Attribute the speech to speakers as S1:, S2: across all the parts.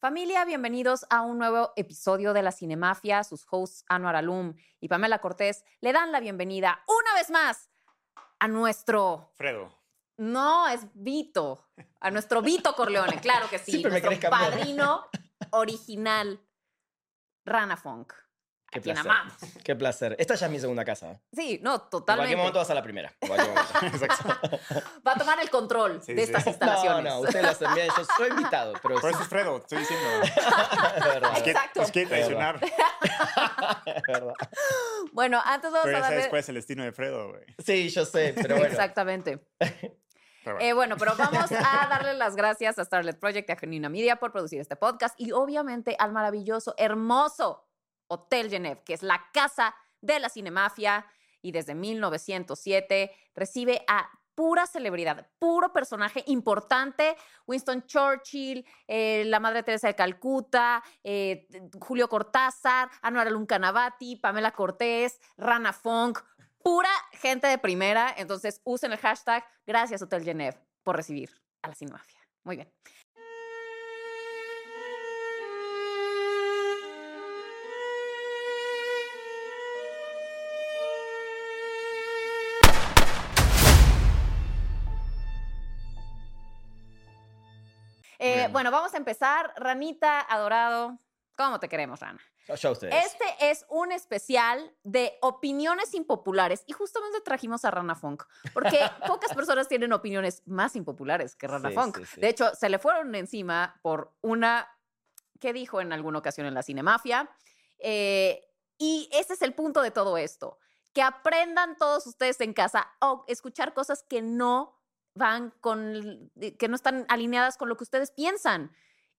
S1: Familia, bienvenidos a un nuevo episodio de La Cinemafia. Sus hosts Anuar Alum y Pamela Cortés le dan la bienvenida una vez más a nuestro...
S2: Fredo.
S1: No, es Vito. A nuestro Vito Corleone, claro que sí.
S3: Siempre me
S1: nuestro
S3: querés cambiar.
S1: padrino original, Rana Funk.
S3: Qué
S1: a quien
S3: placer.
S1: amamos.
S3: Qué placer. Esta ya es mi segunda casa.
S1: Sí, no,
S3: En cualquier
S1: totalmente.
S3: momento vas a la primera. En cualquier momento.
S2: Exacto.
S1: Va a tomar el control
S2: Sí,
S1: de
S2: sí.
S1: estas
S3: No,
S1: instalaciones.
S3: no, ustedes lo hacen bien. Yo soy invitado, pero
S2: Por
S3: sí,
S2: eso es Fredo, estoy diciendo.
S3: es verdad.
S2: Es que,
S1: Exacto.
S2: es que traicionar.
S3: es verdad.
S1: Bueno, antes vamos
S2: Pero
S1: a
S2: ya
S1: darle...
S2: sabes cuál es el destino de Fredo, güey.
S3: Sí, yo sé, pero bueno.
S1: Exactamente.
S2: Pero bueno.
S1: Eh, bueno, pero vamos a darle las gracias a Starlet Project y a Genuina Media por producir este podcast y obviamente al maravilloso, hermoso Hotel Genève, que es la casa de la cinemafia y desde 1907 recibe a pura celebridad, puro personaje importante, Winston Churchill, eh, la Madre Teresa de Calcuta, eh, Julio Cortázar, Anuar Alum Canavati, Pamela Cortés, Rana Funk, pura gente de primera. Entonces usen el hashtag gracias Hotel Genève por recibir a la cinemafia. Muy bien. Eh,
S2: bien.
S1: bueno, vamos a empezar. Ranita, adorado, ¿cómo te queremos, Rana?
S3: Yo a ustedes.
S1: Este es un especial de opiniones impopulares y justamente trajimos a Rana Funk, porque pocas personas tienen opiniones más impopulares que Rana
S3: Sí,
S1: Funk.
S3: sí, sí.
S1: De hecho, se le fueron encima por una que dijo en alguna ocasión en la Cinemafia. Eh, y ese es el punto de todo esto, que aprendan todos ustedes en casa a escuchar cosas que no van con, que no están alineadas con lo que ustedes piensan.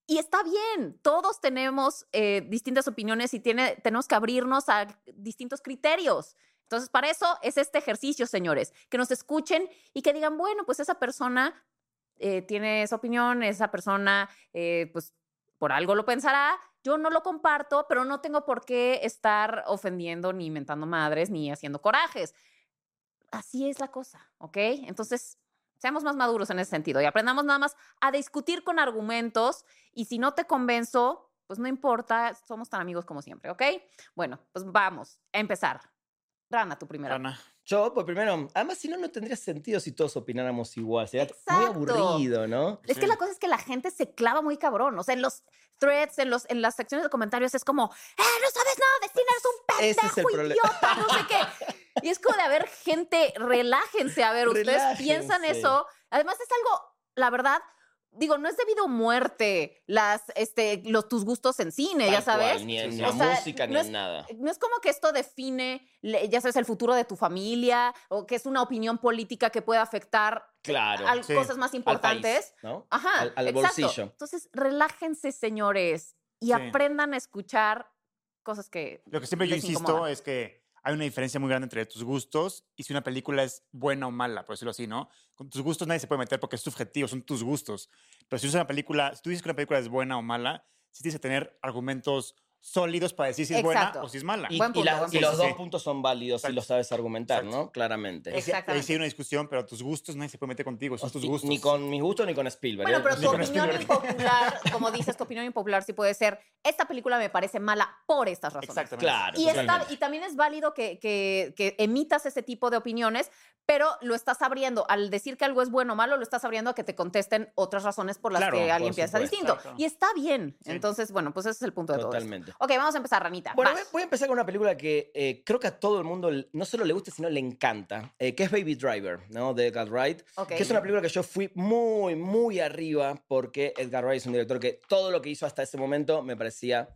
S1: Y está bien, todos tenemos eh, distintas opiniones y tiene, tenemos que abrirnos a distintos criterios. Entonces, para eso es este ejercicio, señores, que nos escuchen y que digan, bueno, pues esa persona eh, tiene esa opinión, esa persona, eh, pues por algo lo pensará, yo no lo comparto, pero no tengo por qué estar ofendiendo ni inventando madres ni haciendo corajes. Así es la cosa, ¿ok? Entonces, seamos más maduros en ese sentido y aprendamos nada más a discutir con argumentos y si no te convenzo, pues no importa, somos tan amigos como siempre, ¿ok? Bueno, pues vamos a empezar. Rana, tu primera.
S2: Rana.
S3: Yo, pues primero, además si no, no tendría sentido si todos opináramos igual. Sería muy
S1: Exacto.
S3: aburrido, ¿no?
S1: Es que
S2: Sí.
S1: la cosa es que la gente se clava muy cabrón. O sea, en los threads, en, los, en las secciones de comentarios es como, ¡eh, no sabes nada de cine, eres
S3: Pues, Ese
S1: un
S3: es el
S1: pendejo,
S3: problema.
S1: idiota, no sé qué! Y es como de, a ver, gente, relájense, a ver, ustedes
S3: Relájense.
S1: piensan eso. Además, es algo, la verdad, digo, no es debido a muerte las, este, los, tus gustos en cine, ya
S3: Tal cual,
S1: sabes.
S3: ni
S2: Sí,
S3: en
S2: sí.
S3: la
S1: O sea,
S3: música, ni
S1: no es-
S3: en nada.
S1: no es como que esto define, le- ya sabes, el futuro de tu familia o que es una opinión política que puede afectar
S3: Claro.
S1: a
S2: sí.
S1: cosas más
S3: Al país,
S1: importantes.
S3: ¿no?
S1: Ajá,
S3: Al- al
S1: exacto.
S3: bolsillo.
S1: Entonces, relájense, señores, y
S2: Sí.
S1: aprendan a escuchar cosas que...
S2: Lo que siempre yo
S1: Les
S2: insisto
S1: incomoda.
S2: es que hay una diferencia muy grande entre tus gustos y si una película es buena o mala, por decirlo así, ¿no? Con tus gustos nadie se puede meter porque es subjetivo, son tus gustos. Pero si es una película, si tú dices que una película es buena o mala, sí tienes que tener argumentos sólidos para decir si es
S1: Exacto.
S2: buena o si es mala.
S3: Y,
S1: Buen
S3: y
S1: punto,
S3: la-
S1: buen
S3: y
S2: punto.
S3: los
S2: Sí, sí,
S3: dos
S2: sí.
S3: puntos son válidos si
S2: Exacto.
S3: los sabes argumentar,
S2: Exacto.
S3: ¿no? Claramente.
S2: Ahí sí- Ahí sí
S1: Exactamente.
S2: hay una discusión, pero tus gustos nadie se puede meter contigo, son
S3: O
S2: tus
S3: si-
S2: gustos.
S3: Ni con mis gustos ni con Spielberg.
S1: Bueno,
S3: ¿eh?
S1: pero
S3: Ni
S1: tu
S3: con
S1: opinión
S3: Spielberg.
S1: impopular, como dices, tu opinión impopular sí puede ser, esta película me parece mala por estas razones.
S2: Exactamente.
S3: Claro. pues,
S1: Y, está-
S3: totalmente.
S1: y también es válido que, que- que emitas ese tipo de opiniones, pero lo estás abriendo. Al decir que algo es bueno o malo, lo estás abriendo a que te contesten otras razones por las
S2: Claro,
S1: que alguien
S3: por
S1: piensa
S3: supuesto.
S1: distinto.
S2: Exacto.
S1: Y está bien.
S2: Sí.
S1: Entonces, bueno, pues ese es el punto de
S3: Totalmente.
S1: todo. Esto. Ok, vamos a empezar, Ranita.
S3: Bueno, pues,
S1: Vas.
S3: voy- voy a empezar con una película que eh, creo que a todo el mundo l- no solo le gusta, sino le encanta, eh, que es Baby Driver, ¿no? De Edgar Wright.
S1: Ok.
S3: Que es una película que yo fui muy, muy arriba porque Edgar Wright es un director que todo lo que hizo hasta ese momento me parecía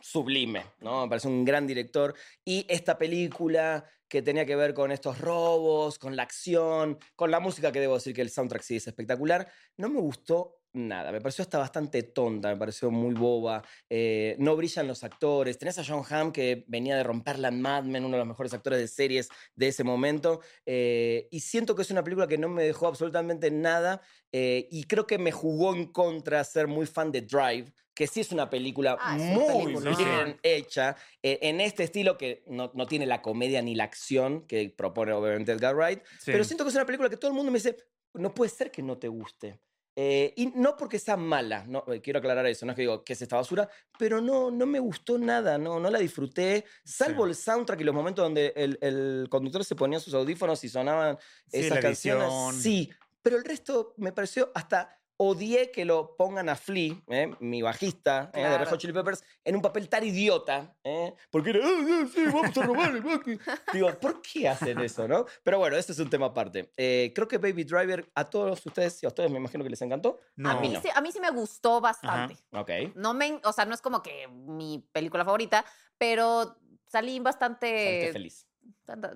S3: sublime, ¿no? Me parece un gran director. Y esta película que tenía que ver con estos robos, con la acción, con la música, que debo decir que el soundtrack sí es espectacular, no me gustó nada. Me pareció hasta bastante tonta, me pareció muy boba. eh, no brillan los actores. Tenés a John Hamm que venía de romperla en Mad Men, uno de los mejores actores de series de ese momento. eh, y siento que es una película que no me dejó absolutamente nada. eh, y creo que me jugó en contra ser muy fan de Drive, que sí es una película
S1: Ah, es una
S3: muy
S1: película.
S3: bien hecha, eh, en este estilo que no, no tiene la comedia ni la acción que propone obviamente Edgar Wright.
S2: Sí.
S3: Pero siento que es una película que todo el mundo me dice, no puede ser que no te guste. Eh, Eh, y no porque sea mala, no, eh, quiero aclarar eso, no es que digo que es esta basura, pero no, no me gustó nada, no, no la disfruté, salvo
S2: Sí.
S3: el soundtrack y los momentos donde el, el conductor se ponía sus audífonos y sonaban
S2: Sí,
S3: esas
S2: la
S3: canciones.
S2: edición.
S3: Sí, pero el resto me pareció hasta odié que lo pongan a Flea, ¿eh? mi bajista ¿eh? de Red
S1: Claro.
S3: Hot Chili Peppers, en un papel tan idiota, ¿eh? porque era, "Ah, ah, sí, vamos a robar el banco". Digo, ¿por qué hacen eso, no? Pero bueno, ese es un tema aparte. Eh, creo que Baby Driver a todos ustedes, y a ustedes me imagino que les encantó.
S2: No.
S1: a, mí
S3: no.
S1: sí, a mí sí me gustó bastante.
S3: Ok.
S2: Eh,
S1: No me, o sea, no es como que mi película favorita, pero salí
S3: Qué
S1: bastante,
S3: feliz.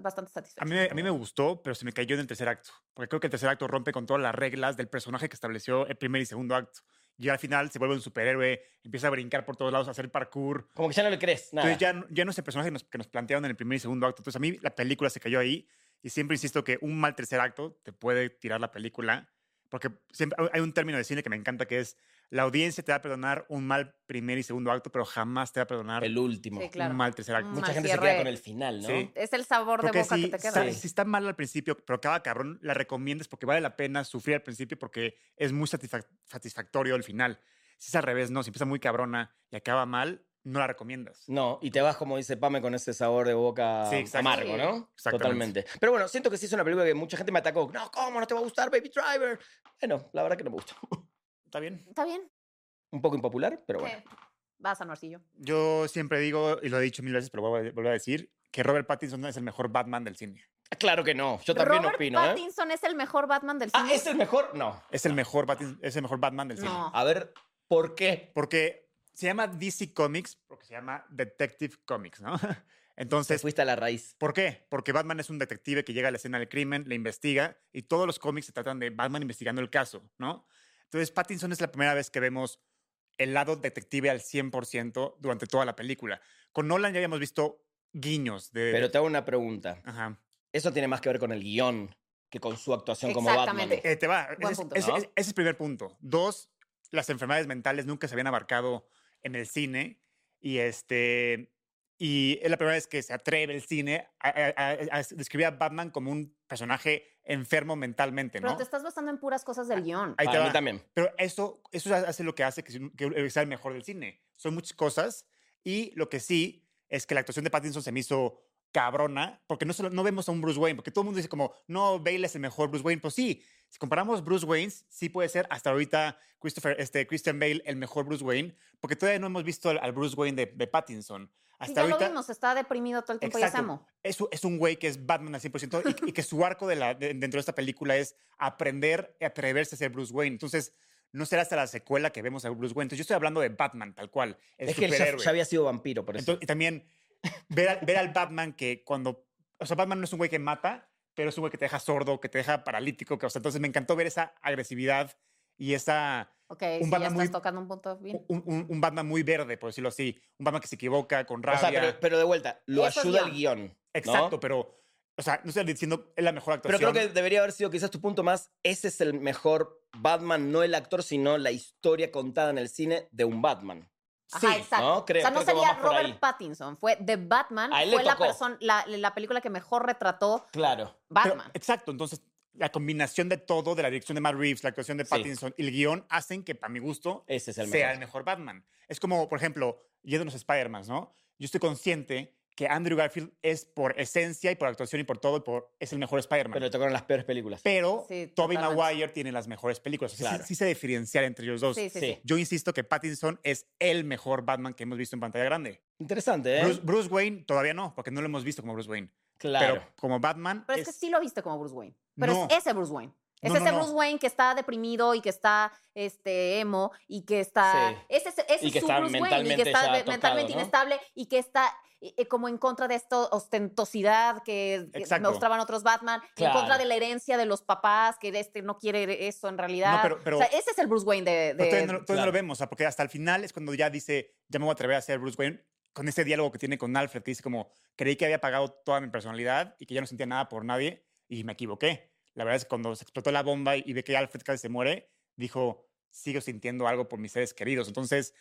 S1: bastante
S2: A
S1: satisfecha.
S2: mí, me- a mí me gustó, pero se me cayó en el tercer acto. Porque creo que el tercer acto rompe con todas las reglas del personaje que estableció el primer y segundo acto. Y al final se vuelve un superhéroe, empieza a brincar por todos lados, a hacer parkour.
S3: Como que ya no le crees nada.
S2: Entonces ya, no- ya no es el personaje que nos, que nos plantearon en el primer y segundo acto. Entonces a mí la película se cayó ahí. Y siempre insisto que un mal tercer acto te puede tirar la película. Porque siempre, hay- hay un término de cine que me encanta que es la audiencia te va a perdonar un mal primer y segundo acto, pero jamás te va a perdonar
S3: El último. Mm.
S1: Sí, claro.
S2: un mal tercer acto.
S1: Un
S3: Mucha
S1: mal
S3: gente se
S1: cierre.
S3: queda con el final, ¿no?
S2: Sí.
S1: Es el sabor de
S2: Porque
S1: boca
S2: si,
S1: que te queda.
S2: sa- si está mal al principio, pero cada cabrón la recomiendas porque vale la pena sufrir al principio porque es muy satisfac- satisfactorio el final. Si es al revés, no, si empieza muy cabrona y acaba mal, no la recomiendas.
S3: No, y te vas, como dice Pame, con ese sabor de boca
S2: Sí, exacto.
S3: amargo, ¿no?
S2: Sí, exactamente.
S3: Totalmente. Pero bueno, siento que sí es una película que mucha gente me atacó. No, ¿cómo no te va a gustar Baby Driver? Bueno, la verdad que no me gusta.
S2: ¿Está bien?
S1: Está bien.
S3: Un poco impopular, pero bueno.
S1: Sí. Vas a Norcillo.
S2: Yo siempre digo, y lo he dicho mil veces, pero voy a vol- volver a decir, que Robert Pattinson es el mejor Batman del cine.
S3: Claro que no. Yo también
S1: Robert
S3: opino, ¿eh?
S1: Pattinson es el mejor Batman del
S3: Ah,
S1: cine.
S3: ¿es el mejor? No.
S2: Es el mejor, Batin- es el mejor Batman del cine.
S1: No.
S3: A ver, ¿por qué?
S2: Porque se llama DC Comics, porque se llama Detective Comics, ¿no? Entonces,
S3: Te fuiste a la raíz.
S2: ¿Por qué? Porque Batman es un detective que llega a la escena del crimen, le investiga y todos los cómics se tratan de Batman investigando el caso, ¿no? Entonces, Pattinson es la primera vez que vemos el lado detective al 100% durante toda la película. Con Nolan ya habíamos visto guiños de...
S3: Pero te hago una pregunta.
S2: Ajá.
S3: Eso tiene más que ver con el guión que con su actuación como Batman.
S1: Exactamente.
S2: Eh, te va. Ese,
S1: Buen
S2: es-
S1: punto.
S2: ese-
S3: ¿No?
S2: ese- ese es el primer punto. Dos, las enfermedades mentales nunca se habían abarcado en el cine y este y es la primera vez que se atreve el cine a, a- a- a describir a Batman como un personaje enfermo mentalmente,
S1: Pero
S2: ¿no?
S1: te estás basando en puras cosas
S3: Ah,
S1: del guión.
S2: Ahí te
S3: Para
S2: va.
S3: mí también.
S2: Pero eso, eso ha- hace lo que hace que, sea un- que sea el mejor del cine. Son muchas cosas. Y lo que sí es que la actuación de Pattinson se me hizo cabrona, porque no, solo, no vemos a un Bruce Wayne, porque todo el mundo dice como, no, Bale es el mejor Bruce Wayne. Pues sí, si comparamos Bruce Wayne, sí puede ser hasta ahorita Christopher, este, Christian Bale el mejor Bruce Wayne, porque todavía no hemos visto al, al Bruce Wayne de, de Pattinson.
S1: Sí,
S2: Hasta
S1: ya
S2: ahorita
S1: lo vimos, está deprimido todo el tiempo y es
S2: Exacto.
S1: amo.
S2: es, u- es un güey que es Batman al 100% y, y que su arco de la, de- dentro de esta película es aprender y atreverse a ser Bruce Wayne. Entonces, no será hasta la secuela que vemos a Bruce Wayne. Entonces, yo estoy hablando de Batman tal cual, el
S3: Es que él ya,
S2: superhéroe.
S3: ya había sido vampiro, por eso.
S2: Entonces, y también ver, al- ver al Batman que cuando... O sea, Batman no es un güey que mata, pero es un güey que te deja sordo, que te deja paralítico. Que, o sea, entonces, me encantó ver esa agresividad y esa
S1: Ok,
S2: Un
S1: sí, ya
S2: Batman
S1: estás
S2: muy-
S1: tocando un punto bien.
S2: un, un- un Batman muy verde, por decirlo así. Un Batman que se equivoca con
S3: o
S2: rabia.
S3: sea, pero, pero de vuelta, lo
S1: Eso es
S3: ayuda el guión. ¿no?
S2: Exacto, pero... O sea, no estoy diciendo es la mejor
S3: Pero
S2: actuación.
S3: creo que debería haber sido quizás tu punto más. Ese es el mejor Batman, no el actor, sino la historia contada en el cine de un Batman.
S1: Ajá, exacto.
S3: ¿no? Creo,
S1: o sea, no
S3: creo que va
S1: sería
S3: más por
S1: Robert
S3: ahí.
S1: Pattinson, fue The Batman,
S3: A él le
S1: fue la,
S3: tocó.
S1: persona, la, la película que mejor retrató
S3: Claro.
S2: Pero-
S1: Batman.
S2: exacto, entonces la combinación de todo, de la dirección de Matt Reeves, la actuación de
S3: Sí.
S2: Pattinson y el guión hacen que, para mi gusto,
S3: Ese es el
S2: sea el
S3: mejor.
S2: mejor Batman. Es como, por ejemplo, yéndonos a Spider-Man, ¿no? Yo estoy consciente que Andrew Garfield es por esencia y por actuación y por todo, por, es el mejor Spider-Man.
S3: Pero le
S2: Pero,
S3: tocaron las peores películas.
S1: Sí,
S2: Tobey
S1: totalmente.
S2: Maguire tiene las mejores películas. O sea, sí-
S3: Claro.
S2: sí, se diferenciar entre ellos dos.
S1: sí, sí, sí,
S3: sí.
S2: Yo insisto que Pattinson es el mejor Batman que hemos visto en pantalla grande.
S3: Interesante, ¿eh?
S2: Bruce, Bruce Wayne todavía no, porque no lo hemos visto como Bruce Wayne.
S3: claro.
S2: Pero como Batman...
S1: Pero es,
S2: es-
S1: que sí lo viste como Bruce Wayne. Pero
S2: No.
S1: es ese Bruce Wayne. Es
S2: No, no,
S1: ese
S2: no.
S1: Bruce Wayne que está deprimido y que está este, emo y que está.
S3: Sí.
S1: Ese, es- ese
S3: Y
S1: es
S3: que
S1: su
S3: está
S1: Bruce Wayne y que
S3: mentalmente
S1: está
S3: ya
S1: ve-
S3: tocado,
S1: mentalmente
S3: ¿no?
S1: inestable y que está eh, eh, como en contra de esta ostentosidad que, que
S2: Exacto.
S1: mostraban otros Batman,
S3: Claro.
S1: en contra de la herencia de los papás, que este no quiere eso en realidad.
S2: No, pero- pero-
S1: o sea, ese es el Bruce Wayne de.
S2: Pero
S1: de-
S2: Pues todavía no, lo- todavía no lo
S3: claro.
S2: vemos, o sea, porque hasta el final es cuando ya dice, ya me voy a atrever a ser Bruce Wayne, con ese diálogo que tiene con Alfred, que dice como, creí que había pagado toda mi personalidad y que ya no sentía nada por nadie y me equivoqué. La verdad es que cuando se explotó la bomba y, y ve que Alfred casi se muere, dijo, sigo sintiendo algo por mis seres queridos. Entonces,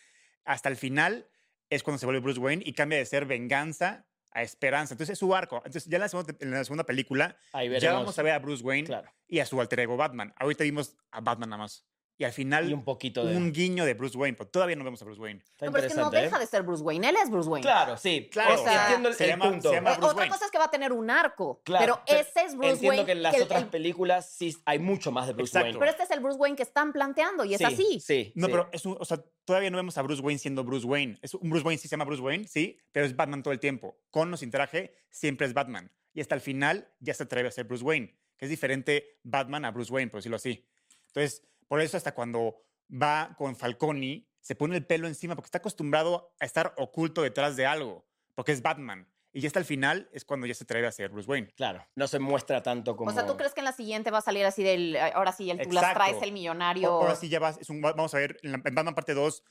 S2: hasta el final es cuando se vuelve Bruce Wayne y cambia de ser venganza a esperanza. Entonces, es su arco. Entonces, ya en la segunda, en la segunda película,
S3: Ahí veremos.
S2: ya vamos a ver a Bruce Wayne
S3: Claro.
S2: y a su alter ego Batman. Ahorita vimos a Batman nada más. Y al final,
S3: Y un poquito de...
S2: un guiño de Bruce Wayne, pero todavía no vemos a Bruce Wayne.
S3: Está
S1: No, pero es que no
S3: interesante, ¿eh?
S1: deja de ser Bruce Wayne. Él es Bruce Wayne.
S3: Claro, sí.
S2: Claro.
S3: Claro.
S1: O sea,
S3: entiendo el,
S2: se
S3: el
S2: llama-
S3: punto.
S2: se llama
S1: Eh,
S2: Bruce
S1: otra
S2: Wayne.
S1: cosa es que va a tener un arco.
S3: Claro,
S1: pero
S3: pero
S1: ese es Bruce
S3: Entiendo
S1: Wayne.
S3: que en las
S1: el-
S3: otras
S1: el-
S3: películas sí hay mucho más de Bruce
S2: Exacto.
S1: pero
S3: Wayne.
S1: este es el Bruce Wayne que están planteando y es
S3: Sí,
S1: así.
S3: Sí.
S2: No,
S3: sí.
S2: pero es un- o sea, todavía no vemos a Bruce Wayne siendo Bruce Wayne. Es un Bruce Wayne sí se llama Bruce Wayne, sí, pero es Batman todo el tiempo. Con o sin traje, siempre es Batman. Y hasta el final ya se atreve a ser Bruce Wayne, que es diferente Batman a Bruce Wayne, por decirlo así. Entonces, por eso hasta cuando va con Falcone, se pone el pelo encima porque está acostumbrado a estar oculto detrás de algo, porque es Batman. Y ya hasta el final es cuando ya se atreve a ser Bruce Wayne.
S3: Claro, no se muestra tanto como...
S1: O sea, ¿tú crees que en la siguiente va a salir así del. eh, Ahora sí, el, tú las
S2: Exacto.
S1: traes el millonario?
S2: O- Ahora sí ya vas- es un- vamos a ver, en, la- en Batman parte 2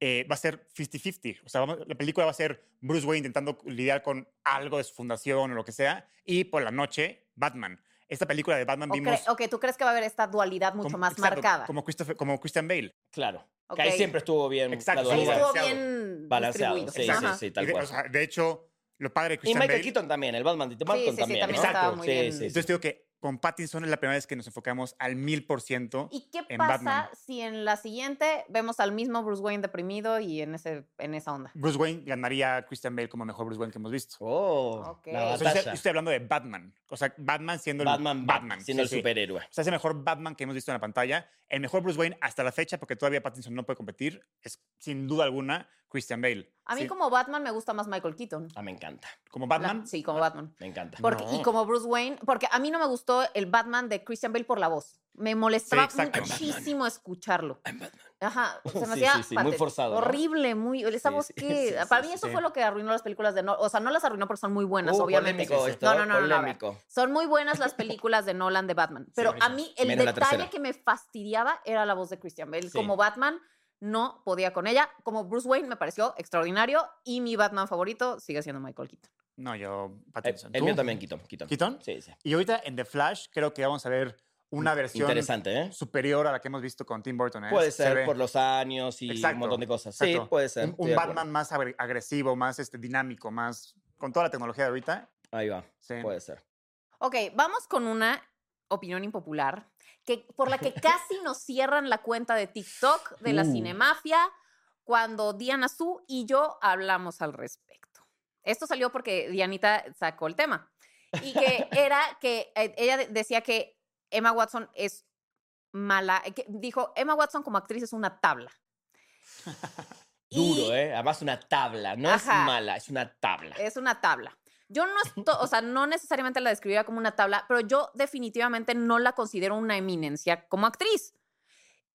S2: eh, va a ser 50-50. O sea, vamos- la película va a ser Bruce Wayne intentando lidiar con algo de su fundación o lo que sea, y por la noche, Batman. Esta película de Batman
S1: ¿O
S2: vimos...
S1: cre- ok, ¿tú crees que va a haber esta dualidad mucho
S2: como-
S1: más
S2: exacto,
S1: marcada?
S2: Como, Christopher- como Christian Bale.
S3: Claro.
S1: Ok.
S3: Que ahí siempre estuvo bien
S2: Exacto,
S3: la
S1: Sí,
S2: estuvo
S1: estuvo
S3: dualidad.
S2: balanceado.
S1: bien
S3: Balanceado, sí, sí,
S1: distribuido. Ajá.
S3: sí,
S2: Y
S3: tal
S2: de, o
S3: cual.
S2: sea, de hecho, lo padre de
S3: Y
S2: Christian
S3: Michael
S2: Bale...
S3: Keaton también, el Batman de Tim Burton
S1: Sí, sí, sí,
S3: también.
S1: también
S2: Exacto.
S1: estaba muy
S3: Sí,
S1: bien.
S3: sí, sí.
S2: Entonces digo que con Pattinson es la primera vez que nos enfocamos al mil por ciento.
S1: ¿Y qué
S2: en
S1: pasa
S2: Batman.
S1: si en la siguiente vemos al mismo Bruce Wayne deprimido y en, ese, en esa onda?
S2: Bruce Wayne ganaría a Christian Bale como mejor Bruce Wayne que hemos visto.
S3: Oh,
S1: Ok.
S2: O sea,
S3: la
S2: yo estoy,
S3: batalla.
S2: yo estoy hablando de Batman. O sea, Batman siendo el
S3: Batman, Batman, siendo
S2: sí,
S3: el
S2: sí.
S3: superhéroe.
S2: O sea, es el mejor Batman que hemos visto en la pantalla. El mejor Bruce Wayne hasta la fecha, porque todavía Pattinson no puede competir, es sin duda alguna Christian Bale.
S1: A mí
S2: Sí,
S1: como Batman me gusta más Michael Keaton.
S3: Ah, me encanta,
S2: como
S1: La-
S2: Batman.
S1: sí, como Batman.
S3: me encanta.
S1: Porque, Y
S2: No.
S1: como Bruce Wayne, porque a mí no me gustó el Batman de Christian Bale por la voz. Me molestaba
S2: Sí, exacto.
S1: muchísimo escucharlo. Ajá, se me
S3: Sí,
S1: hacía
S3: sí, sí, muy
S1: patet-
S3: forzado, ¿no?
S1: Horrible, muy. Esa
S3: Sí,
S1: voz
S3: sí,
S1: que.
S3: sí, sí,
S1: para mí
S3: sí,
S1: eso
S2: sí.
S1: fue lo que arruinó las películas de Nolan. O sea, no las arruinó porque son muy buenas,
S3: Uh,
S1: obviamente.
S3: polémico esto,
S1: no, no, no, no, no, a ver.
S3: polémico.
S1: Son muy buenas las películas de Nolan de Batman. Pero a mí el
S3: Menos la
S1: detalle
S3: tercera.
S1: que me fastidiaba era la voz de Christian Bale.
S3: Sí.
S1: Como Batman no podía con ella. Como Bruce Wayne me pareció extraordinario. Y mi Batman favorito sigue siendo Michael Keaton.
S2: No, yo
S3: El,
S2: Pattinson.
S3: Eh, el
S2: ¿Tú?
S3: mío también, Keaton. Keaton.
S2: ¿Keaton?
S3: Sí, sí.
S2: Y ahorita en The Flash creo que vamos a ver una versión
S3: Mm, Interesante, ¿eh?
S2: superior a la que hemos visto con Tim Burton. ¿eh?
S3: Puede
S2: Se
S3: ser
S2: ve
S3: por los años y
S2: Exacto,
S3: un montón de cosas. Sí,
S2: exacto.
S3: puede ser.
S2: un,
S3: estoy
S2: un
S3: de acuerdo.
S2: Batman más agre- agresivo, más este, dinámico, más con toda la tecnología de ahorita.
S3: Ahí va,
S2: Sí.
S3: puede ser.
S1: Ok, vamos con una opinión impopular que, por la que casi nos cierran la cuenta de TikTok de la
S3: Uh.
S1: Cinemafia cuando Diana Su y yo hablamos al respecto. Esto salió porque Dianita sacó el tema y que era que eh, ella de- decía que Emma Watson es mala, eh, que dijo Emma Watson como actriz es una tabla. Y-
S3: Duro, ¿eh? Además, una tabla. No
S1: Ajá.
S3: es mala, es una tabla.
S1: Es una tabla. Yo no estoy, o sea, no necesariamente la describiría como una tabla, pero yo definitivamente no la considero una eminencia como actriz.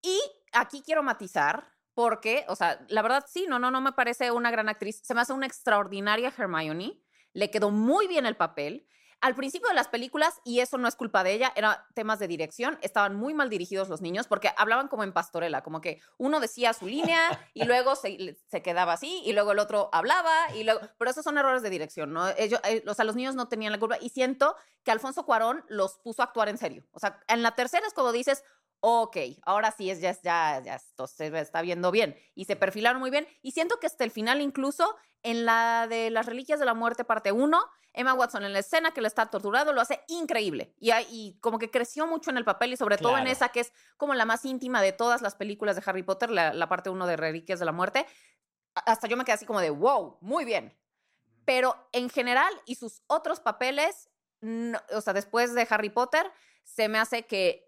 S1: Y aquí quiero matizar porque, o sea, la verdad sí, no, no, no me parece una gran actriz. Se me hace una extraordinaria Hermione. Le quedó muy bien el papel. Al principio de las películas, y eso no es culpa de ella, eran temas de dirección, estaban muy mal dirigidos los niños porque hablaban como en pastorela, como que uno decía su línea y luego se, se quedaba así y luego el otro hablaba y luego... Pero esos son errores de dirección, ¿no? Ellos, eh, o sea, los niños no tenían la culpa y siento que Alfonso Cuarón los puso a actuar en serio. O sea, en la tercera es cuando dices, ok, ahora sí es, ya, es- ya, ya, esto se ve- está viendo bien. Y se perfilaron muy bien. Y siento que hasta el final, incluso en la de las Reliquias de la Muerte, parte 1, Emma Watson en la escena que le está torturado lo hace increíble. Y, ahí- y como que creció mucho en el papel y sobre todo en
S3: Claro.
S1: esa que es como la más íntima de todas las películas de Harry Potter, la, la parte 1 de Reliquias de la Muerte. A- Hasta yo me quedé así como de, wow, muy bien. Pero en general y sus otros papeles, no- o sea, después de Harry Potter, se me hace que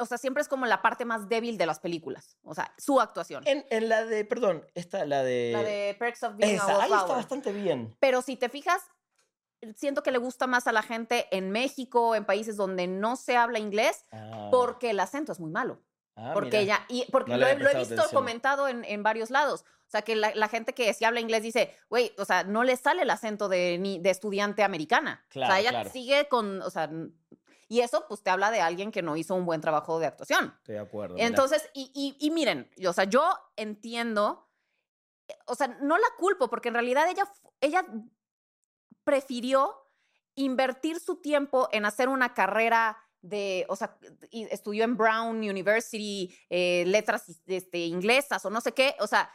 S1: o sea, siempre es como la parte más débil de las películas. O sea, su actuación.
S3: En, en la de, perdón, esta, la de.
S1: la de Perks of Being a
S3: Esa, ahí está
S1: Wallflower.
S3: bastante bien.
S1: Pero si te fijas, siento que le gusta más a la gente en México, en países donde no se habla inglés,
S3: Ah,
S1: porque el acento es muy malo.
S3: ah,
S1: porque
S3: mira.
S1: ella, y porque
S3: No le
S1: lo, he-
S3: había
S1: lo he
S3: prestado
S1: visto
S3: atención.
S1: comentado en, en varios lados. O sea, que la, la gente que sí habla inglés dice, güey, o sea, no le sale el acento de, ni, de estudiante americana. o
S3: Claro,
S1: sea, ella
S3: claro.
S1: sigue con, o sea, n- y eso pues te habla de alguien que no hizo un buen trabajo de actuación.
S3: Estoy de acuerdo. mira.
S1: Entonces, y, y- y miren, yo- o sea, yo entiendo, eh, o sea, no la culpo porque en realidad ella, fu- ella prefirió invertir su tiempo en hacer una carrera de, o sea, y estudió en Brown University, eh, letras is- este, inglesas o no sé qué, o sea,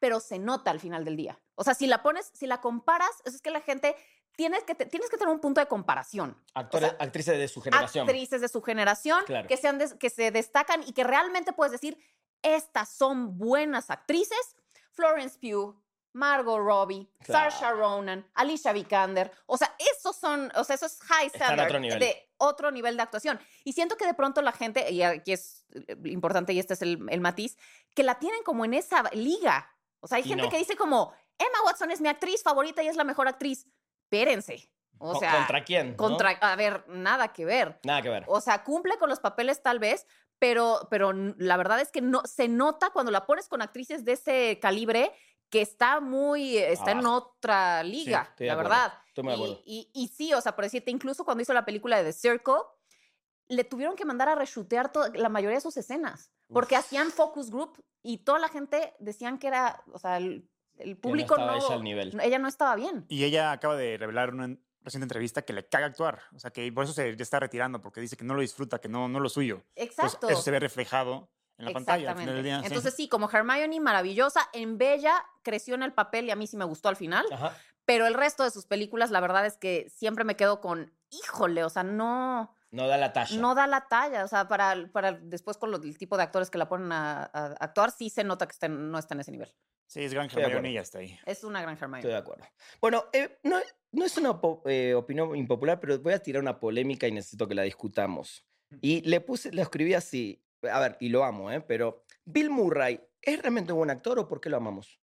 S1: pero se nota al final del día. O sea, si la pones, si la comparas, es que la gente tienes que, te- tienes que tener un punto de comparación.
S3: Actores,
S1: sea,
S3: actrices de su generación.
S1: Actrices de su generación
S3: Claro.
S1: que, sean des- que se destacan y que realmente puedes decir, estas son buenas actrices. Florence Pugh, Margot Robbie,
S3: Claro.
S1: Saoirse Ronan, Alicia Vikander. O sea, esos son, o sea, eso es high
S3: Están a
S1: standard
S3: otro nivel.
S1: de otro nivel de actuación. Y siento que de pronto la gente, y aquí es eh, importante y este es el, el matiz, que la tienen como en esa liga. O sea, hay
S3: Y
S1: gente
S3: no.
S1: que dice como, Emma Watson es mi actriz favorita y es la mejor actriz. Espérense. O
S3: Co-
S1: sea,
S3: ¿Contra quién? no?
S1: contra, a ver, nada que ver.
S3: Nada que ver.
S1: O sea, cumple con los papeles tal vez, pero, pero n- la verdad es que no se nota cuando la pones con actrices de ese calibre que está muy, eh, está en
S3: Abajo.
S1: otra liga,
S3: Ah, estoy de
S1: la
S3: acuerdo,
S1: verdad.
S3: estoy muy de
S1: Y-
S3: acuerdo.
S1: Y, y sí, o sea, por decirte, incluso cuando hizo la película de The Circle, le tuvieron que mandar a reshutear to- la mayoría de sus escenas, porque hacían focus group y toda la gente decían que era, o sea, el, el público
S3: estaba
S1: no,
S3: ella al nivel. Pues,
S1: no- ella no estaba bien.
S2: Y ella acaba de revelar en una reciente entrevista que le caga actuar. O sea, que por eso se ya está retirando, porque dice que no lo disfruta, que no, no es lo suyo. Pues
S1: Exacto.
S2: eso se ve reflejado en la pantalla. al final del día, sí.
S1: Entonces sí, como Hermione, maravillosa. En Bella creció en el papel y a mí sí me gustó al final.
S3: Ajá.
S1: Pero el resto de sus películas, la verdad es que siempre me quedo con, híjole, o sea, no,
S3: No da la talla.
S1: no da la talla. O sea, para, para después con los- el tipo de actores que la ponen a, a actuar, sí se nota que está en- no está en ese nivel.
S2: Sí, es gran
S3: Estoy de
S2: Hermione
S3: acuerdo.
S2: y ya está ahí.
S1: Es una gran
S3: Estoy
S1: Hermione.
S3: de acuerdo. Bueno, eh, no, no es una po- eh, opinión impopular, pero voy a tirar una polémica y necesito que la discutamos. Y le puse, lo escribí así. A ver, y lo amo, ¿eh? Pero, ¿Bill Murray es realmente un buen actor o por qué lo amamos?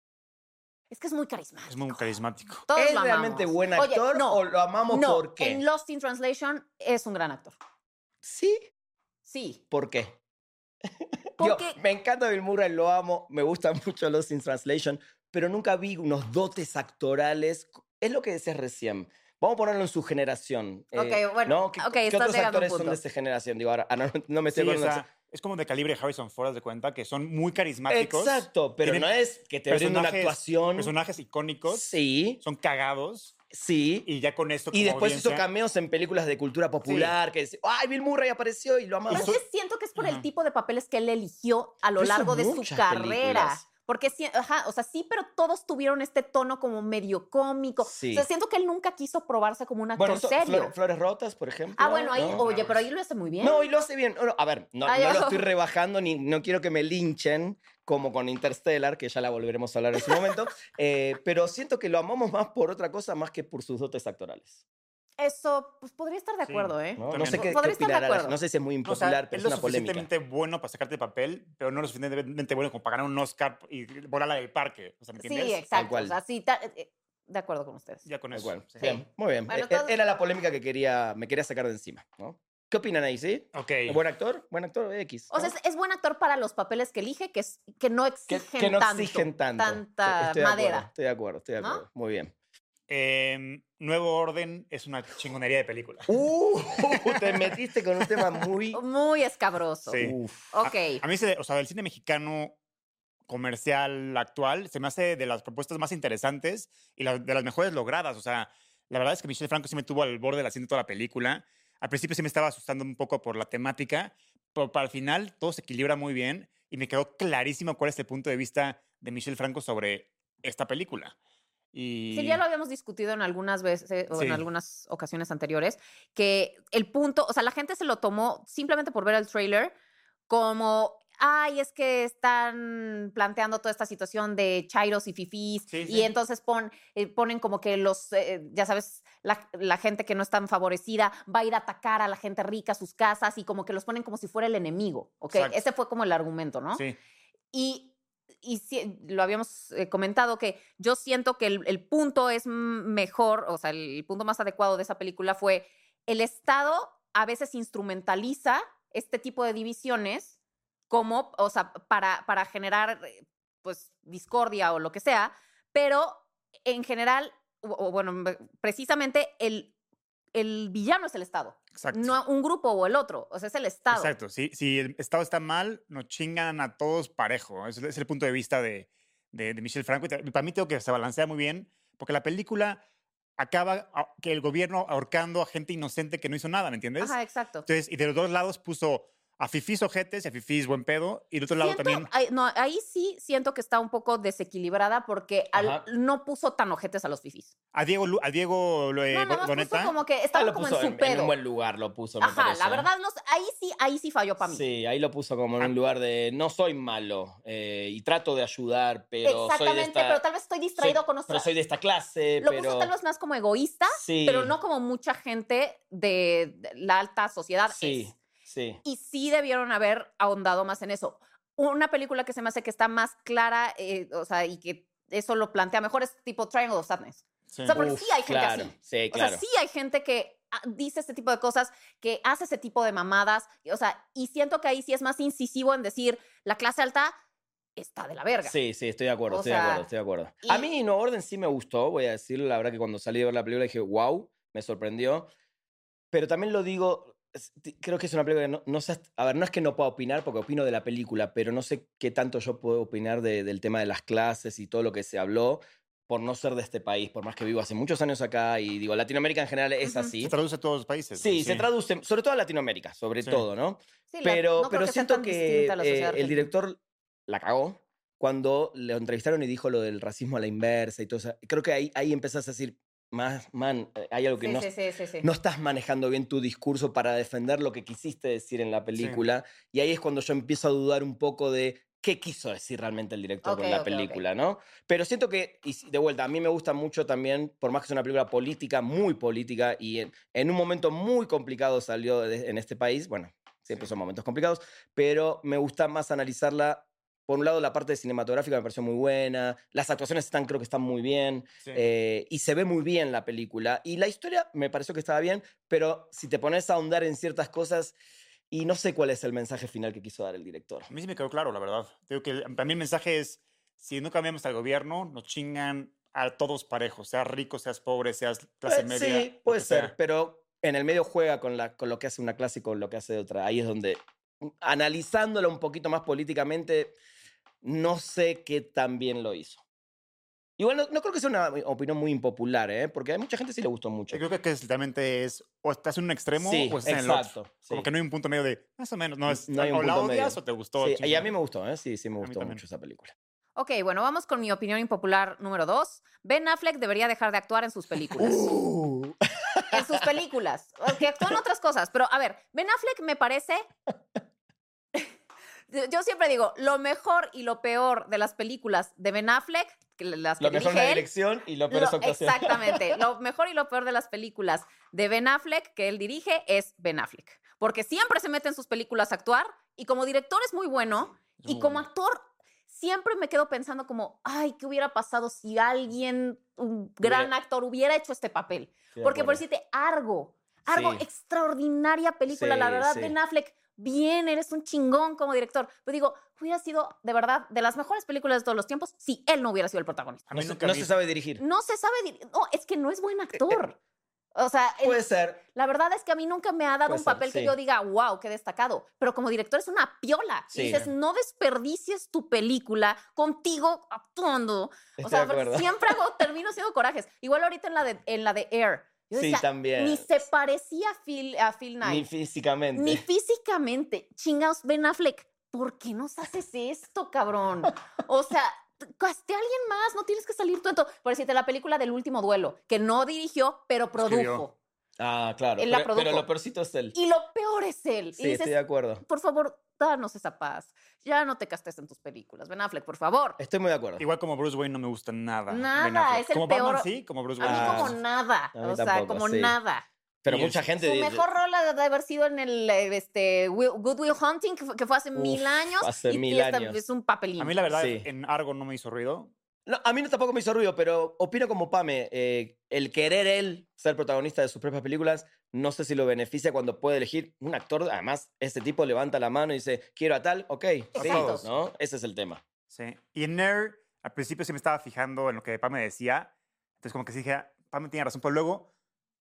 S1: Es que es muy carismático.
S2: Es muy carismático.
S1: Todos
S3: ¿Es
S1: lo
S3: realmente
S1: amamos.
S3: buen
S1: Oye,
S3: actor
S1: no,
S3: o lo amamos
S1: no,
S3: por qué?
S1: en Lost in Translation es un gran actor.
S3: Sí,
S1: Sí.
S3: ¿por qué? Yo,
S1: Porque
S3: me encanta Bill Murray, lo amo, me gusta mucho Los in Translation, pero nunca vi unos dotes actorales. Es lo que decías recién. Vamos a ponerlo en su generación. eh,
S1: Ok, bueno,
S3: ¿Qué,
S1: ok,
S3: qué
S1: estás
S3: otros
S1: llegando a un
S3: actores son
S1: punto.
S3: de esa generación? Digo, ahora, ah, no, no me
S2: Sí,
S3: estoy
S2: o
S3: acordando.
S2: sea, es como de calibre de Harrison Ford, haz de cuenta, que son muy carismáticos.
S3: Exacto, pero
S2: Tienen
S3: no es que te brinde una
S2: personajes-
S3: actuación.
S2: Personajes icónicos,
S3: Sí,
S2: son cagados,
S3: sí. Y,
S2: y ya con esto como
S3: después hizo
S2: audiencia-
S3: cameos en películas de cultura popular que dice, ¡ay, Bill Murray apareció y lo
S1: Pero
S3: amamos!
S1: es que siento que es por el
S2: Ajá.
S1: tipo de papeles que él eligió a lo
S3: Pero hizo
S1: largo de su
S3: muchas
S1: carrera.
S3: películas.
S1: Porque sí, ajá, o sea, sí, pero todos tuvieron este tono como medio cómico.
S3: Sí.
S1: O sea, siento que él nunca quiso probarse como un actor
S3: Bueno, eso-
S1: serio.
S3: Flor- Flores Rotas, por ejemplo.
S1: ah, bueno, ahí,
S3: ¿no?
S1: oye, pero ahí lo hace muy bien.
S3: No, y lo hace bien. No, no, a ver, no,
S1: Ay,
S3: no lo
S1: oh.
S3: estoy rebajando ni no quiero que me linchen como con Interstellar, que ya la volveremos a hablar en su momento, eh, pero siento que lo amamos más por otra cosa más que por sus dotes actorales.
S1: Eso, pues podría estar de
S2: Sí,
S1: acuerdo, ¿eh?
S3: No, No
S2: También.
S3: sé qué, qué
S1: Podría estar de
S3: opinará la-
S1: acuerdo.
S3: no sé si es muy
S2: O sea,
S3: impopular, pero
S2: es
S3: es
S2: lo
S3: una polémica.
S2: suficientemente bueno para sacarte papel, pero no lo suficientemente bueno como para ganar un Oscar y volarla del parque. O sea, ¿me entiendes?
S1: Sí, exacto.
S3: cual.
S1: O sea, sí, ta- eh, eh, de acuerdo con ustedes.
S2: Ya con
S3: Tal
S2: eso.
S3: cual.
S2: sí.
S3: Pues Bien, muy bien.
S1: Bueno,
S3: Eh, eh,
S1: todo-
S3: Era la polémica que quería, me quería sacar de encima. ¿no? ¿Qué opinan ahí, sí?
S2: Ok.
S3: ¿Buen actor? ¿Buen actor? X.
S1: O sea,
S3: ¿no?
S1: es, es buen actor para los papeles que elige, que, es- que no
S3: que,
S1: exigen
S3: que no
S1: tanto,
S3: exigen tanto.
S1: tanta
S3: Estoy de acuerdo,
S1: madera.
S3: estoy de acuerdo, estoy de
S1: ¿No?
S3: acuerdo. Muy bien.
S2: Em, Nuevo Orden es una chingonería de película.
S3: Uh, te metiste con un tema muy...
S1: Muy escabroso.
S2: Sí.
S3: Uf.
S1: Ok.
S2: A mí, se, o sea, el cine mexicano comercial actual se me hace de las propuestas más interesantes y la- de las mejores logradas. O sea, la verdad es que Michelle Franco sí me tuvo al borde del asiento toda la película. Al principio sí me estaba asustando un poco por la temática, pero para el final todo se equilibra muy bien y me quedó clarísimo cuál es el punto de vista de Michelle Franco sobre esta película. Y
S1: Sí, ya lo habíamos discutido en algunas veces o
S2: Sí.
S1: en algunas ocasiones anteriores, que el punto, o sea, la gente se lo tomó simplemente por ver el trailer como, ay, es que están planteando toda esta situación de chairos y fifís,
S2: Sí,
S1: y
S2: sí.
S1: entonces pon- eh, ponen como que los, eh, ya sabes, la, la gente que no es tan favorecida va a ir a atacar a la gente rica a sus casas y como que los ponen como si fuera el enemigo, ¿ok?
S2: Exacto.
S1: Ese fue como el argumento, ¿no?
S2: Sí,
S1: Y, y sí, lo habíamos eh, comentado que yo siento que el, el punto es m- mejor, o sea, el, punto más adecuado de esa película fue el Estado a veces instrumentaliza este tipo de divisiones como, o sea, para, para generar eh, pues discordia o lo que sea, pero en general, o- o bueno, m- precisamente el, el villano es el Estado,
S2: exacto.
S1: no un grupo o el otro, o sea, es el Estado.
S2: Exacto, sí, si el Estado está mal, nos chingan a todos parejo. Ese es el punto de vista de, de, de Michel Franco. Y te- para mí tengo que se balancea muy bien, porque la película acaba a- que el gobierno ahorcando a gente inocente que no hizo nada, ¿me entiendes?
S1: Ajá, exacto.
S2: Entonces, y de los dos lados puso a fifís ojetes y a fifís buen pedo. Y del otro lado
S1: Siento-
S2: también.
S1: ay, no, ahí sí siento que está un poco desequilibrada porque al-
S3: Ajá.
S1: no puso tan ojetes a los fifís.
S2: A Diego, Lu- a Diego lo- eh,
S1: No, nada más
S2: Boneta.
S1: puso como que
S3: Ah,
S1: estaba
S3: lo
S1: como en
S3: puso
S1: su
S3: en, en
S1: pedo.
S3: un buen lugar, lo puso. me
S1: Ajá, la
S3: parece.
S1: verdad, no, sé, ahí sí, ahí sí falló para mí. Ah.
S3: Sí, ahí lo puso como en un lugar de no soy malo eh, y trato de ayudar, pero soy de
S1: Exactamente,
S3: esta,
S1: pero tal vez estoy distraído
S3: soy-
S1: con nuestra.
S3: pero soy de esta clase,
S1: Lo
S3: pero
S1: puso tal vez más como egoísta,
S3: sí,
S1: pero no como mucha gente de de la alta sociedad
S3: Sí,
S1: es.
S3: sí.
S1: Y sí debieron haber ahondado más en eso. Una película que se me hace que está más clara, eh, o sea, y que eso lo plantea mejor es tipo Triangle of Sadness.
S2: Sí.
S1: O sea, porque
S3: Uf,
S1: sí hay gente
S3: claro,
S1: así.
S3: Sí,
S1: O
S3: claro.
S1: sea, sí hay gente que ah, dice este tipo de cosas, que hace ese tipo de mamadas, y, o sea, y siento que ahí sí es más incisivo en decir la clase alta está de la verga.
S3: Sí, sí, estoy de acuerdo,
S1: O
S3: estoy
S1: sea,
S3: de acuerdo, estoy de acuerdo. A
S1: y-
S3: mí No Orden sí me gustó, voy a decir, la verdad que cuando salí de ver la película dije, wow, me sorprendió. Pero también lo digo, es- t- creo que es una película que no, no sé, hasta- a ver, no es que no pueda opinar porque opino de la película, pero no sé qué tanto yo puedo opinar de- del tema de las clases y todo lo que se habló por no ser de este país, por más que vivo hace muchos años acá y digo, Latinoamérica en general es
S1: Ujú.
S3: así.
S2: Se traduce a todos los países.
S3: Sí, se traduce, sobre todo a Latinoamérica, sobre
S2: Sí.
S3: todo, ¿no?
S1: Sí, la-
S3: pero,
S1: no creo
S3: pero
S1: sea
S3: siento
S1: tan
S3: que
S1: distinta a la
S3: eh,
S1: sociedad
S3: el
S1: argentina.
S3: director la cagó cuando lo entrevistaron y dijo lo del racismo a la inversa y todo eso. Creo que ahí, ahí empezás a decir, más, man, eh, hay algo que
S1: Sí,
S3: no,
S1: sí, sí, sí, sí.
S3: no estás manejando bien tu discurso para defender lo que quisiste decir en la película. Y ahí es cuando yo empiezo a dudar un poco de qué quiso decir realmente el director
S1: Ok,
S3: con la
S1: ok, ok.
S3: película, ¿no? Pero siento que, y si- de vuelta, a mí me gusta mucho también, por más que es una película política, muy política, y en, en un momento muy complicado salió de- en este país, bueno, siempre son momentos complicados, pero me gusta más analizarla. Por un lado, la parte cinematográfica me pareció muy buena, las actuaciones están, creo que están muy bien,
S2: Sí.
S3: eh, y se ve muy bien la película. Y la historia me pareció que estaba bien, pero si te pones a ahondar en ciertas cosas, y no sé cuál es el mensaje final que quiso dar el director.
S2: A mí sí me quedó claro, la verdad. Digo que el- para mí el mensaje es, si no cambiamos al gobierno, nos chingan a todos parejos, seas rico, seas pobre, seas clase
S3: Eh,
S2: media.
S3: sí,
S2: lo
S3: puede
S2: que
S3: ser,
S2: sea.
S3: pero en el medio juega con, la, con lo que hace una clase y con lo que hace otra. Ahí es donde, mm, analizándolo un poquito más políticamente, no sé qué tan bien lo hizo. Igual no, no creo que sea una opinión muy impopular, ¿eh? porque a mucha gente sí le gustó mucho.
S2: Yo creo que, que es- literalmente es, o estás en un extremo
S3: Sí,
S2: o estás en el
S3: exacto.
S2: otro. Como
S3: sí. Mm,
S2: que no hay un punto medio de, más o menos, no es,
S3: No hay un
S2: o la
S3: punto medio.
S2: odias o te gustó.
S3: Sí, y
S2: chinga.
S3: a mí me gustó, ¿eh? sí, sí me
S2: mí
S3: gustó
S2: también.
S3: mucho esa película.
S1: Ok, bueno, vamos con mi opinión impopular número dos. Ben Affleck debería dejar de actuar en sus películas.
S3: Uh.
S1: en sus películas. Que actúan otras cosas. Pero a ver, Ben Affleck me parece. Yo siempre digo, lo mejor y lo peor de las películas de Ben Affleck, que las que
S3: lo mejor es
S1: dirige
S3: la
S1: él,
S3: dirección y lo peor es
S1: lo-
S3: su actuación.
S1: exactamente. Lo mejor y lo peor de las películas de Ben Affleck que él dirige es Ben Affleck. Porque siempre se mete en sus películas a actuar y como director es muy bueno
S2: Es
S1: y
S2: muy
S1: como
S2: bueno.
S1: actor siempre me quedo pensando como, ay, ¿qué hubiera pasado si alguien, un gran
S3: Hubiera-
S1: actor, hubiera hecho este papel?
S3: Estoy de
S1: Porque por
S3: acuerdo.
S1: decirte, Argo, Argo,
S3: Sí.
S1: extraordinaria película, la
S3: Sí,
S1: verdad,
S3: sí.
S1: Ben Affleck, bien, eres un chingón como director. Pero digo, hubiera sido, de verdad, de las mejores películas de todos los tiempos si él no hubiera sido el protagonista
S2: A mí
S3: no,
S2: nunca
S3: se, no
S2: vi-
S3: se sabe dirigir.
S1: no se sabe. dir- No, es que no es
S3: Eh,
S1: buen actor. O sea, el-
S3: Puede ser,
S1: la verdad es que a mí nunca me ha dado
S3: pues Puede
S1: un
S3: ser,
S1: papel que
S3: sí.
S1: yo diga, wow, qué destacado. Pero como director es una piola. Y
S3: Sí.
S1: dices, no desperdicies tu película contigo actuando.
S3: estoy
S1: o sea,
S3: de acuerdo.
S1: siempre hago, termino siendo corajes. Igual ahorita en la de, en la de Air. Yo
S3: Sí,
S1: decía,
S3: también.
S1: ni se parecía a Phil, a Phil
S3: Ni
S1: Knight.
S3: físicamente.
S1: Ni físicamente. Chingaos, Ben Affleck, ¿por qué nos haces esto, cabrón? O sea, t- casté a alguien más, no tienes que salir tú. en to- Por decirte, la película del último duelo, que no dirigió, pero produjo.
S2: Escribió.
S3: ah, claro.
S1: Él la
S3: Pero, pero
S1: produjo.
S3: lo peorcito es él.
S1: Y lo peor es él.
S3: Sí,
S1: y
S3: estoy de
S1: dices,
S3: acuerdo.
S1: por favor, danos esa paz. Ya no te castes en tus películas, Ben Affleck, por favor.
S3: Estoy muy de acuerdo.
S2: Igual como Bruce Wayne no me gusta nada. Ben
S1: Nada,
S2: Affleck.
S1: es el
S2: como
S1: peor-
S2: Batman sí, como Bruce
S1: A
S2: Wayne.
S1: mí
S3: Ah,
S1: como nada,
S3: a mí
S1: o sea,
S3: tampoco,
S1: como
S3: sí.
S1: nada.
S3: pero
S2: y
S3: mucha
S2: es-
S3: gente.
S1: Su
S3: dice-
S1: mejor rol ha de haber sido en el eh, este, Will- Good Will Hunting, que fue, que fue hace
S3: Uf,
S1: mil años.
S3: hace
S1: y
S3: mil
S1: sí está-
S3: años.
S1: Es un papelín.
S2: A mí la verdad,
S3: Sí.
S2: en Argo no me hizo ruido.
S3: No, a mí no tampoco me hizo ruido, pero opino como Pame. eh, el querer él ser protagonista de sus propias películas, no sé si lo beneficia cuando puede elegir un actor. Además, este tipo levanta la mano y dice, quiero a tal, ok. sí,
S1: Exacto.
S3: ¿no? Ese es el tema.
S2: Sí. Y en Nair, al principio sí me estaba fijando en lo que Pame decía. Entonces, como que sí dije, "Ah, Pame tiene razón, pero luego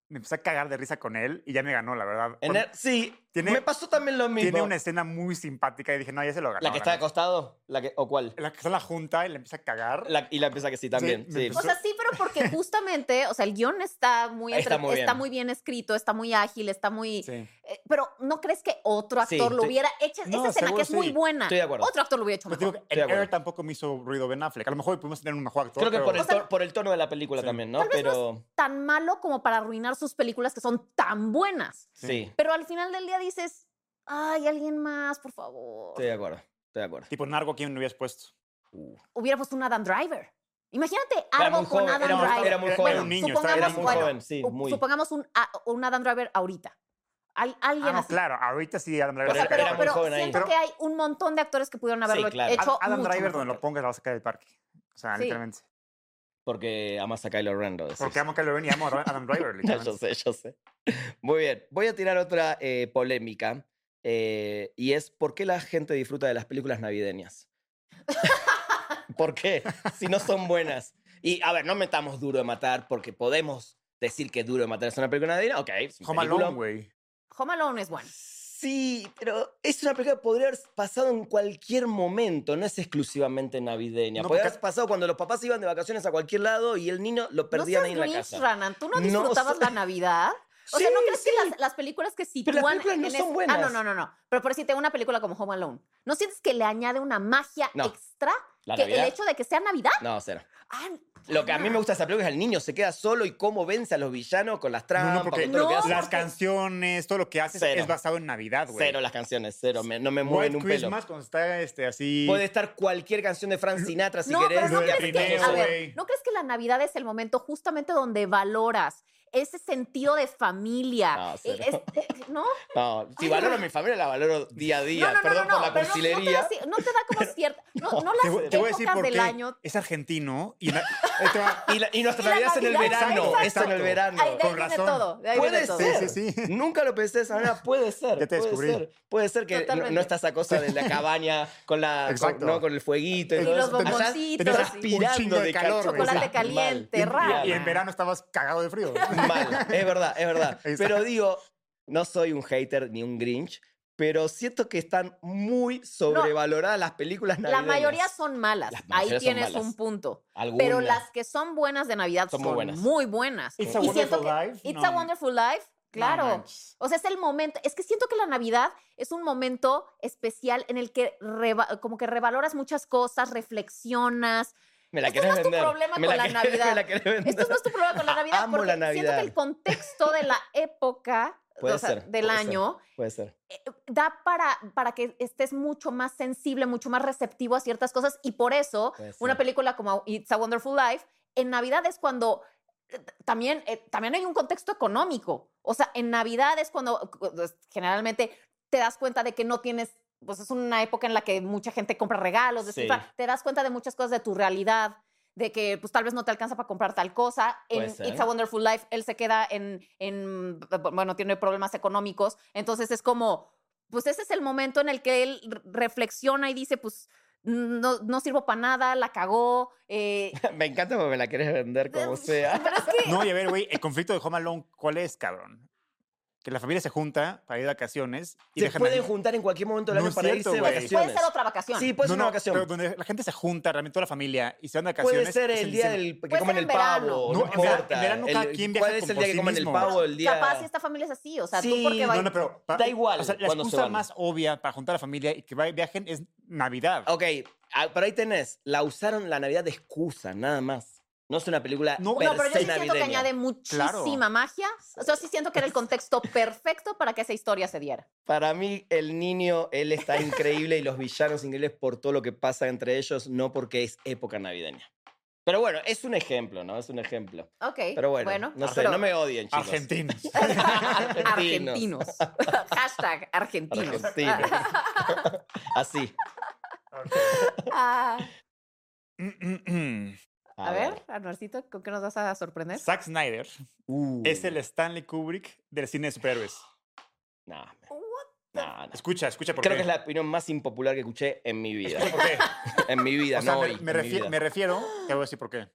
S2: me empecé a cagar de risa con él y ya me ganó, la verdad.
S3: En
S2: Cuando-
S3: el- sí,
S2: Tiene,
S3: Me pasó también lo mismo.
S2: tiene una escena muy simpática y dije, no, ya se lo ganó.
S3: ¿La que está
S2: ganó".
S3: acostado? ¿La que, ¿O cuál?
S2: La que está en la junta y le empieza a cagar.
S3: La- y la empieza que sí también.
S2: me
S3: Sí,
S1: O sea, sí, pero porque justamente, o sea, el guión está muy,
S3: Está
S1: entre-
S3: muy bien.
S1: escrito, está muy ágil, está muy...
S2: Sí.
S1: eh, pero ¿no crees que otro
S3: Sí,
S1: actor lo
S3: estoy-
S1: hubiera hecho?
S2: No,
S1: esa escena que
S2: seguro
S1: es muy
S2: sí.
S1: buena.
S3: Estoy de acuerdo. Pues
S1: Otro actor lo hubiera hecho
S2: Pero
S1: mejor.
S2: digo que
S3: Estoy de
S2: el
S3: acuerdo.
S2: Air tampoco me hizo ruido Ben Affleck. A lo mejor pudimos tener un mejor actor.
S3: Creo que
S2: pero-
S3: por el,
S1: O sea,
S3: to- por el tono de la película
S2: Sí.
S3: también, ¿no?
S1: Tal vez no
S3: Pero
S1: Tan malo como para arruinar sus películas que son tan buenas.
S2: Sí.
S3: sí,
S1: Pero al final del día dices, ay, alguien más, por favor.
S3: estoy de acuerdo. Estoy de acuerdo.
S2: Tipo, Nargo, ¿quién lo hubieras puesto?
S1: Hubiera puesto un Adam Driver. Imagínate
S3: Era
S1: algo
S3: muy
S1: con
S3: joven,
S1: Adam
S3: era muy-
S1: Driver.
S3: era muy
S2: Era
S3: joven.
S2: un niño, estaba-
S1: supongamos,
S3: Era
S2: era
S3: muy
S1: bueno,
S3: joven, sí,
S1: u-
S3: muy.
S1: supongamos un, a- un Adam Driver ahorita. Al- alguien
S2: Ah, no,
S1: así.
S2: claro. Ahorita sí, Adam Driver.
S1: O sea,
S2: se
S1: pero,
S2: cae.
S3: muy
S1: pero
S3: joven ahí.
S1: siento
S2: Pero-
S1: que hay un montón de actores que pudieron haberlo
S3: claro.
S1: hecho.
S2: Adam
S1: mucho
S2: Driver,
S1: mejor
S2: donde
S1: que
S2: lo
S1: él.
S2: pongas, la vas a sacar del parque. O sea,
S1: Sí.
S2: literalmente.
S3: Porque amas a Kylo Ren, lo decís.
S2: Porque amo a Kylo Ren y amo a Adam Driver,
S3: No, yo
S2: literalmente.
S3: sé, yo sé. Muy bien. Voy a tirar otra eh, polémica. eh, y es ¿por qué la gente disfruta de las películas navideñas? ¿Por qué? Si no son buenas. Y a ver, no metamos Duro de Matar porque podemos decir que Duro de Matar es una película navideña. Ok, es un
S2: Home
S3: película.
S2: Alone, güey.
S1: Home Alone es bueno.
S3: Sí, pero es una película que podría haber pasado en cualquier momento, no es exclusivamente navideña.
S2: No,
S3: podría
S2: porque-
S3: haber pasado cuando los papás iban de vacaciones a cualquier lado y el niño lo perdían
S1: no seas
S3: ahí en la
S1: Grinch,
S3: casa.
S1: Ranan. ¿Tú no
S3: No
S1: disfrutabas
S3: sé.
S1: la Navidad? O sea, ¿no
S3: Sí,
S1: crees
S3: sí.
S1: que las, las películas que
S3: Pero las
S1: sitúan...
S3: películas no
S1: en
S3: son
S1: Ah, no,
S3: buenas.
S1: no, no, no. Pero por decirte, una película como Home Alone, ¿no sientes que le añade una magia
S3: No.
S1: extra
S3: ¿La
S1: que
S3: Navidad?
S1: el hecho de que sea Navidad?
S3: No, cero.
S1: Ah,
S3: Lo que a mí me gusta de esa película es el niño se queda solo y cómo vence a los villanos con las
S2: No,
S3: trampas,
S2: no, porque
S3: con todo lo que
S1: No,
S3: hace.
S2: las canciones, todo lo que haces
S3: Cero.
S2: es basado en Navidad, güey.
S3: Cero las canciones, cero. me- no me mueven
S2: White
S3: un
S2: Christmas,
S3: pelo.
S2: cuando está este, así...
S3: Puede estar cualquier canción de Frank Sinatra si
S1: no,
S3: querés.
S1: pero no
S3: y
S2: Desde
S1: crees, que,
S2: primero,
S1: a
S3: apretamos.
S1: ver,
S2: güey.
S1: ¿no crees que la Navidad es el momento justamente donde valoras ese sentido de familia?
S3: No,
S1: Eh,
S3: cero.
S1: es- eh, ¿no?
S3: No, si valoro a mi familia, la valoro día a
S1: No,
S3: día.
S1: no, no,
S3: Perdón
S1: no, no,
S3: por la
S1: pero no- No, te
S3: cursilería.
S1: da así- no te da como cierta. No, no
S2: Te,
S1: las
S2: voy- te voy a decir
S1: épocas
S2: por
S1: del
S2: qué.
S1: año.
S2: Es argentino y... na- ahí te va.
S3: y, la- y nuestra
S1: Y la
S3: Navidad es en el
S1: Navidad,
S3: verano.
S2: exacto,
S3: Es en el
S2: exacto.
S3: verano.
S1: Ay, de ahí
S2: con
S1: viene
S2: razón.
S1: todo. De ahí
S3: Puede
S1: viene todo.
S2: Sí,
S3: ser.
S2: sí, sí.
S3: Nunca lo pensé de esa manera. Puede ser.
S2: Ya te
S3: puede
S2: descubrí.
S3: ser. Puede ser que no,
S1: Totalmente.
S3: no está esa cosa de la cabaña con, la, con,
S2: Exacto.
S3: ¿no? con el fueguito y,
S1: Y
S3: todo
S1: los
S3: eso. Allá
S1: bomboncitos,
S3: tenés
S1: sí.
S2: Un
S3: aspirando
S2: chingo
S3: de
S2: de calor,
S3: calor.
S1: Chocolate
S2: Mal.
S1: caliente,
S2: Y en-
S1: raro.
S2: Y en verano estabas cagado de frío.
S3: Mal, es verdad, es verdad.
S2: Ahí está.
S3: Pero digo, no soy un hater ni un Grinch, pero siento que están muy sobrevaloradas las películas
S1: La
S3: navideñas.
S1: mayoría son malas.
S3: Las
S1: Ahí
S3: mayoría son
S1: tienes
S3: malas.
S1: un punto.
S3: Algunas.
S1: Pero las que son buenas de Navidad
S3: Son
S1: son,
S3: muy buenas.
S1: muy buenas.
S2: It's a
S1: Y siento
S2: Wonderful
S1: que-
S2: Life,
S1: It's
S2: no.
S1: a Wonderful Life. Claro.
S2: No manches.
S1: o sea, es el momento. Es que siento que la Navidad es un momento especial en el que reva- como que revaloras muchas cosas, reflexionas.
S3: Me la
S1: Esto
S3: querés
S1: no es tu
S3: vender.
S1: problema
S3: me
S1: con
S3: la
S1: la
S3: querés-
S1: Navidad.
S3: Me la querés vender.
S1: Esto no Este es tu problema con la Navidad
S3: Amo
S1: porque
S3: la
S1: siento que el
S3: Navidad.
S1: contexto de la época
S3: Puede
S1: o sea,
S3: ser,
S1: del
S3: puede ser.
S1: año
S3: Puede ser.
S1: da para, para que estés mucho más sensible, mucho más receptivo a ciertas cosas y por eso
S3: Puede ser.
S1: una película como It's a Wonderful Life, en Navidad es cuando eh, t- también, eh, también hay un contexto económico. O sea, en Navidad es cuando cu- pues, generalmente te das cuenta de que no tienes, pues es una época en la que mucha gente compra regalos, disfruta,
S3: Sí.
S1: te das cuenta de muchas cosas de tu realidad. De que pues tal vez no te alcanza para comprar tal cosa. En
S3: Puede ser.
S1: It's a Wonderful Life, él se queda en, en, bueno, tiene problemas económicos. Entonces es como, pues ese es el momento en el que él re- reflexiona y dice, pues no, no sirvo para nada, la cagó. eh,
S3: Me encanta porque me la querés vender como sea.
S1: pero es que,
S2: No, y a ver, güey, el conflicto de Home Alone, ¿cuál es, cabrón? Que la familia se junta para ir de vacaciones y
S3: Se
S2: dejan a-
S3: pueden juntar en cualquier momento del
S2: No
S3: año
S2: es
S3: para
S2: cierto,
S3: irse de
S2: güey.
S1: puede
S3: vacaciones.
S1: ser otra vacación.
S3: Sí, puede
S2: No,
S3: ser Pues una
S2: no,
S3: vacación.
S2: Pero donde la gente se junta, realmente toda la familia, y se van de vacaciones.
S3: Puede ser
S2: es
S3: el día
S2: diciembre.
S3: del que
S1: Puede
S3: comen
S1: ser
S3: el
S1: en verano.
S3: pavo.
S2: No,
S3: No,
S2: en verano-
S3: importa.
S2: en verano cada
S3: El-
S2: quien viaja
S3: ¿Cuál es
S2: con-
S3: el
S2: por
S3: día que
S2: sí
S3: comen el
S2: mismo.
S3: pavo? El día.
S1: Capaz si esta familia es así, o sea,
S3: Sí,
S1: tú porque
S2: No,
S1: va-
S2: no, pero pa-
S3: Da igual
S2: O sea, la
S3: cuándo se
S2: excusa
S3: van.
S2: más obvia para juntar a la familia y que va- viajen es Navidad.
S3: Ok, ah, pero ahí tenés. La usaron la Navidad de excusa, nada más. No es una película.
S2: No,
S1: No,
S3: per
S1: pero yo
S3: se
S1: sí siento que
S3: navideña.
S1: añade muchísima
S2: Claro.
S1: magia. O sea, sí siento que era el contexto perfecto para que esa historia se diera.
S3: Para mí, el niño, él está increíble y los villanos increíbles por todo lo que pasa entre ellos, no porque es época navideña. Pero bueno, es un ejemplo, ¿no? Es un ejemplo.
S1: Ok.
S3: Pero bueno, no sé,
S1: Ah, pero-
S3: no me odien, chicos.
S2: Argentinos.
S1: Argentinos. Hashtag argentinos.
S3: Argentinos. Así.
S1: Ah,
S2: Mm, mm, mm.
S1: a ver, Anuarcito, ¿con qué nos vas a sorprender?
S2: Zack Snyder
S3: Uh.
S2: es el Stanley Kubrick del cine de superhéroes.
S3: Nah, man,
S1: What?
S3: nah, nah.
S2: Escucha, escucha por
S3: Creo
S2: qué.
S3: que es la opinión más impopular que escuché en mi vida.
S2: ¿Por qué?
S3: en mi vida,
S2: O sea,
S3: no
S2: me,
S3: hoy.
S2: me
S3: en mi
S2: refi-
S3: vida.
S2: me refiero, te voy a decir por qué.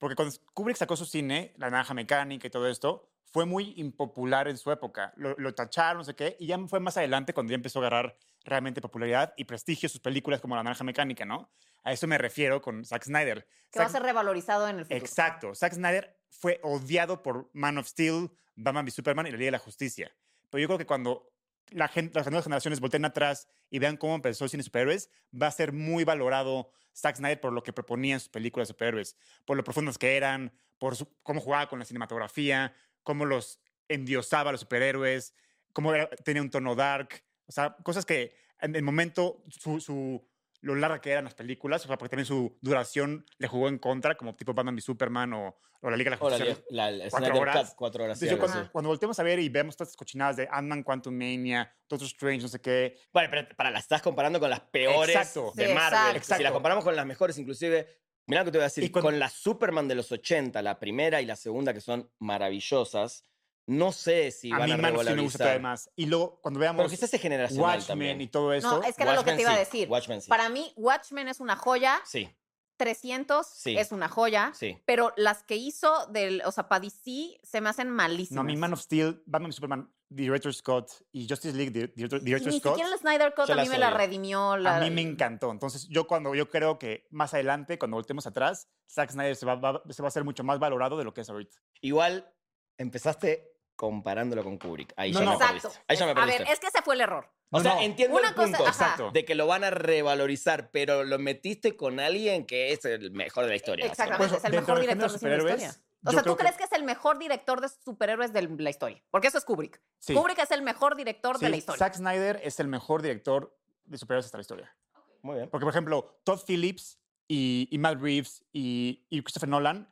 S2: Porque cuando Kubrick sacó su cine, La Naranja Mecánica y todo esto, fue muy impopular en su época. Lo, lo tacharon, no sé qué, y ya fue más adelante cuando ya empezó a agarrar realmente popularidad y prestigio sus películas como La Naranja Mecánica, ¿no? A eso me refiero con Zack Snyder.
S1: Que va a
S2: Zack-
S1: ser revalorizado en el futuro.
S2: Exacto. Zack Snyder fue odiado por Man of Steel, Batman v Superman y la Liga de la Justicia. Pero yo creo que cuando la gen- las nuevas generaciones volteen atrás y vean cómo empezó el cine de superhéroes, va a ser muy valorado Zack Snyder por lo que proponía en sus películas de superhéroes, por lo profundas que eran, por su- cómo jugaba con la cinematografía, cómo los endiosaba a los superhéroes, cómo era- tenía un tono dark. O sea, cosas que en el momento su- su, lo larga que eran las películas, o sea, porque también su duración le jugó en contra, como tipo Batman y Superman o, o la Liga de la
S3: Ahora,
S2: Justicia.
S3: la, la
S2: Cuatro
S3: Snyder
S2: horas.
S3: Cut, cuatro horas.
S2: Entonces,
S3: sí,
S2: yo
S3: algo
S2: cuando,
S3: así.
S2: cuando volteamos a ver y vemos todas estas cochinadas de Ant-Man, Quantum Mania, Doctor Strange, no sé qué,
S3: Vale, pero para, las estás comparando con las peores
S2: Exacto.
S3: de
S1: Sí,
S3: Marvel.
S1: exacto.
S3: Si
S2: Exacto.
S3: las comparamos con las mejores, inclusive, mirá lo que te voy a decir.
S2: Y cuando-
S3: Con las Superman de los 80, la primera y la segunda, que son maravillosas, no sé si
S2: a
S3: van
S2: mí
S3: a
S2: Man of Steel me gusta todavía
S3: revalorizar.
S2: más. Y luego, cuando
S3: Pero
S2: veamos
S3: quizás es generacional
S2: Watchmen
S3: también.
S2: y todo eso,
S1: No, es que era lo que
S3: Watchmen
S1: te iba a
S3: sí,
S1: decir.
S3: Watchmen sí.
S1: Para mí, Watchmen es una joya.
S3: Sí,
S1: 300
S3: Sí.
S1: es una joya.
S3: sí.
S1: Pero las que hizo del, o sea, para DC se me hacen malísimas.
S2: no, a mí Man of Steel, Batman y Superman, Director Scott y Justice League, dir- Director,
S1: Y
S2: Director
S1: ni
S2: Scott,
S1: siquiera el Snyder Cut
S3: Yo
S1: a mí
S3: las
S1: me la
S3: odio.
S1: redimió. La,
S2: a mí me encantó. Entonces, yo cuando yo creo que más adelante, cuando voltemos atrás, Zack Snyder se va, va- se va a ser mucho más valorado de lo que es ahorita.
S3: Igual empezaste comparándolo con Kubrick. Ahí
S2: No,
S3: ya
S2: no.
S3: me perdiste.
S1: Exacto.
S3: Ahí ya me
S1: a
S3: perdiste.
S1: ver, es que ese fue el error.
S3: O
S2: No,
S3: sea,
S2: no.
S3: entiendo
S1: Una
S3: el
S1: cosa-
S3: punto
S1: ajá.
S2: Exacto.
S3: de que lo van a revalorizar, pero lo metiste con alguien que es el mejor de la historia.
S1: Eh, Exactamente,
S2: Por eso,
S1: es el
S2: dentro
S1: mejor
S2: del género
S1: director de cine de la
S2: superhéroes,
S1: historia. O
S2: yo
S1: sea,
S2: creo
S1: ¿tú
S2: que-
S1: crees que es el mejor director de superhéroes de la historia? Porque eso es Kubrick.
S2: Sí.
S1: Kubrick es el mejor director de
S2: Sí,
S1: la historia.
S2: Zack Snyder es el mejor director de superhéroes hasta la historia.
S3: Muy bien.
S2: Porque, por ejemplo, Todd Phillips y, y Matt Reeves y, y Christopher Nolan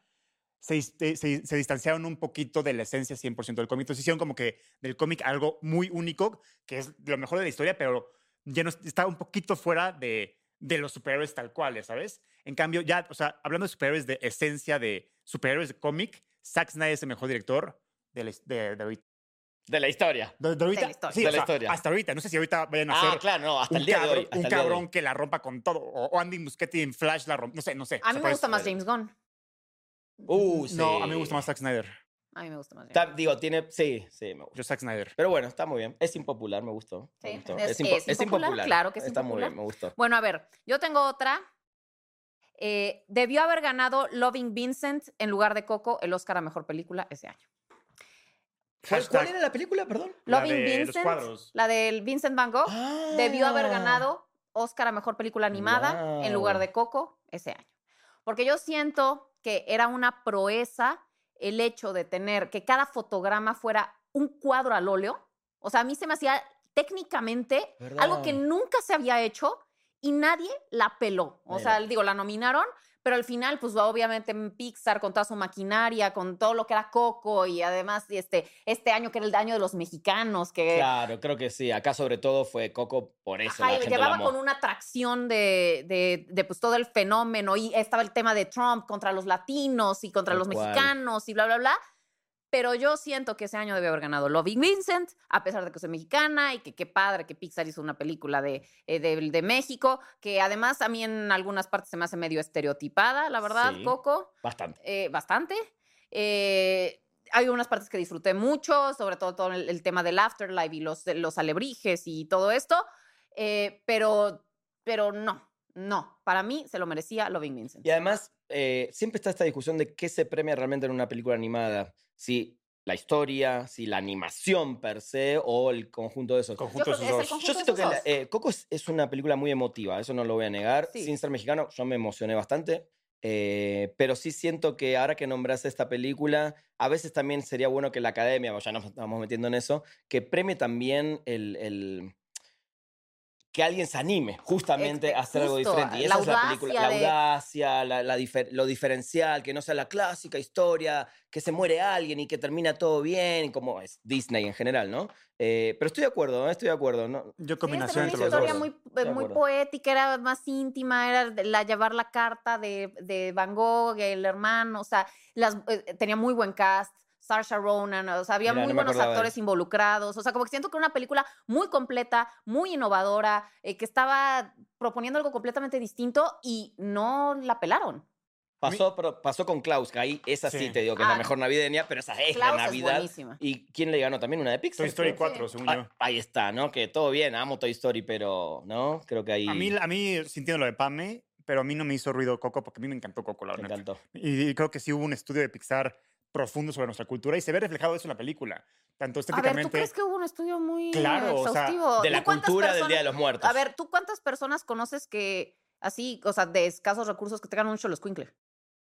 S2: se, dis- eh, se- se distanciaron un poquito de la esencia 100% del cómic. Entonces hicieron como que del cómic algo muy único, que es lo mejor de la historia, pero ya no es- está un poquito fuera de, de los superhéroes tal cuales, ¿sabes? En cambio, ya, o sea, hablando de superhéroes de esencia de superhéroes de cómic, Zack Snyder es el mejor director de, la his- de, de ahorita.
S3: De la historia.
S2: De, de ahorita-
S1: la historia.
S2: sí,
S3: De
S2: o
S3: la
S2: sea,
S3: historia.
S2: Hasta ahorita. No sé si ahorita vayan a
S3: Ah,
S2: hacer
S3: claro, no, hasta
S2: un
S3: el día de
S2: cabrón,
S3: hoy. hasta
S2: un
S3: el día de hoy.
S2: cabrón que la rompa con todo. O, o Andy Muschietti en Flash la rompa. No sé, no sé.
S1: a mí
S2: O sea,
S1: me
S2: pues,
S1: gusta más
S2: eh,
S1: James Gunn.
S3: Uh, sí.
S2: No, a mí me gusta más Zack Snyder.
S1: A mí me gusta más James
S3: Está- digo, tiene. Sí, sí, me gusta.
S2: Yo Zack Snyder.
S3: Pero bueno, está muy bien. Es impopular, me gustó. me
S1: Sí,
S3: gustó.
S1: es- es impopular, claro que es
S3: está
S1: impopular.
S3: muy bien, me gustó.
S1: Bueno, a ver, yo tengo otra. Eh, debió haber ganado Loving Vincent en lugar de Coco el Oscar a Mejor Película ese año.
S3: ¿Cuál,
S2: Hashtag-
S3: cuál era la película, perdón?
S2: La
S1: Loving
S2: de los
S1: Vincent,
S2: cuadros.
S1: la del Vincent Van Gogh, debió
S3: Ah.
S1: haber ganado Oscar a Mejor Película Animada en lugar
S3: Wow.
S1: de Coco ese año. Porque yo siento que era una proeza el hecho de tener que cada fotograma fuera un cuadro al óleo. O sea, a mí se me hacía técnicamente
S3: ¿Verdad?
S1: algo que nunca se había hecho y nadie la peló. O
S3: Mira.
S1: sea, digo, la nominaron, pero al final, pues obviamente Pixar con toda su maquinaria, con todo lo que era Coco y además este, este año que era el año de los mexicanos, que
S3: Claro, creo que sí. Acá sobre todo fue Coco por eso.
S1: Ajá,
S3: la
S1: y
S3: gente la
S1: llevaba
S3: amó.
S1: con una atracción de, de- de, pues, todo el fenómeno y estaba el tema de Trump contra los latinos y contra
S3: Tal
S1: los
S3: cual.
S1: mexicanos y bla, bla, bla. Pero yo siento que ese año debió haber ganado Loving Vincent, a pesar de que soy mexicana y que qué padre que Pixar hizo una película de, eh, de, de México, que además a mí en algunas partes se me hace medio estereotipada, la verdad,
S3: Sí.
S1: Coco
S3: Bastante.
S1: eh, bastante. Eh, hay unas partes que disfruté mucho, sobre todo todo el, el tema del afterlife y los, los alebrijes y todo esto, eh, pero, pero no, no, para mí se lo merecía Loving Vincent.
S3: Y además, eh, siempre está esta discusión de qué se premia realmente en una película animada. Si la historia, si la animación per se o el conjunto de esos.
S1: Yo
S2: Conjunto
S1: creo
S2: de
S1: que es
S2: sus
S1: el
S2: dos.
S1: conjunto
S3: Yo
S1: de
S3: siento
S1: esos
S3: que la-
S1: dos.
S3: eh, Coco es, es una película muy emotiva, eso no lo voy a negar.
S1: Sí.
S3: Sin ser mexicano, yo me emocioné bastante. eh, pero sí siento que ahora que nombras esta película, a veces también sería bueno que la academia, ya nos estamos metiendo en eso, que premie también el. el- que alguien se anime justamente
S1: Ex-
S3: a hacer algo
S1: justo,
S3: diferente. Y
S1: la
S3: esa es la película. La
S1: audacia de-
S3: audacia, la- la difer- lo diferencial, que no sea la clásica historia, que se muere alguien y que termina todo bien, como es Disney en general, ¿no? Eh, pero estoy de acuerdo, ¿eh? estoy de acuerdo. ¿no?
S2: Yo
S1: Sí, esta era
S2: combinación entre los
S1: una historia
S2: dos.
S1: muy, eh,
S3: De
S1: muy
S3: acuerdo.
S1: poética, era más íntima, era de la llevar la carta de, de Van Gogh, el hermano, o sea, las, eh, tenía muy buen cast, Sarsha Ronan, o sea, había
S3: Mira,
S1: muy
S3: no me
S1: buenos
S3: acordaba de
S1: actores involucrados, o sea, como que siento que era una película muy completa, muy innovadora, eh, que estaba proponiendo algo completamente distinto y no la pelaron.
S3: Pasó, pero pasó con Klaus, que ahí esa sí,
S2: Sí.
S3: te digo que es
S1: Ah.
S3: la mejor navideña, pero esa es
S1: Klaus
S3: la
S1: es
S3: Navidad.
S1: buenísima.
S3: ¿Y quién le ganó también? ¿Una de Pixar?
S2: Toy Story
S3: creo.
S2: 4, según
S3: Ah,
S2: yo.
S3: ahí está, ¿no? Que todo bien, amo Toy Story, pero, ¿no? Creo que ahí
S2: A mí, a mí, sintiendo lo de Pame, pero a mí no me hizo ruido Coco porque a mí me encantó Coco, la
S3: me
S2: verdad.
S3: encantó.
S2: Y, y creo que sí hubo un estudio de Pixar profundo sobre nuestra cultura y se ve reflejado eso en la película. Tanto
S1: A ver, ¿tú
S2: estéticamente.
S1: crees que hubo un estudio muy
S2: Claro, o sea,
S1: exhaustivo?
S3: De
S1: ¿Tú
S3: la
S1: cuántas
S3: cultura del
S1: personas-
S3: Día de los Muertos.
S1: A ver, ¿tú cuántas personas conoces que así, o sea, de escasos recursos que tengan un choloscuincle?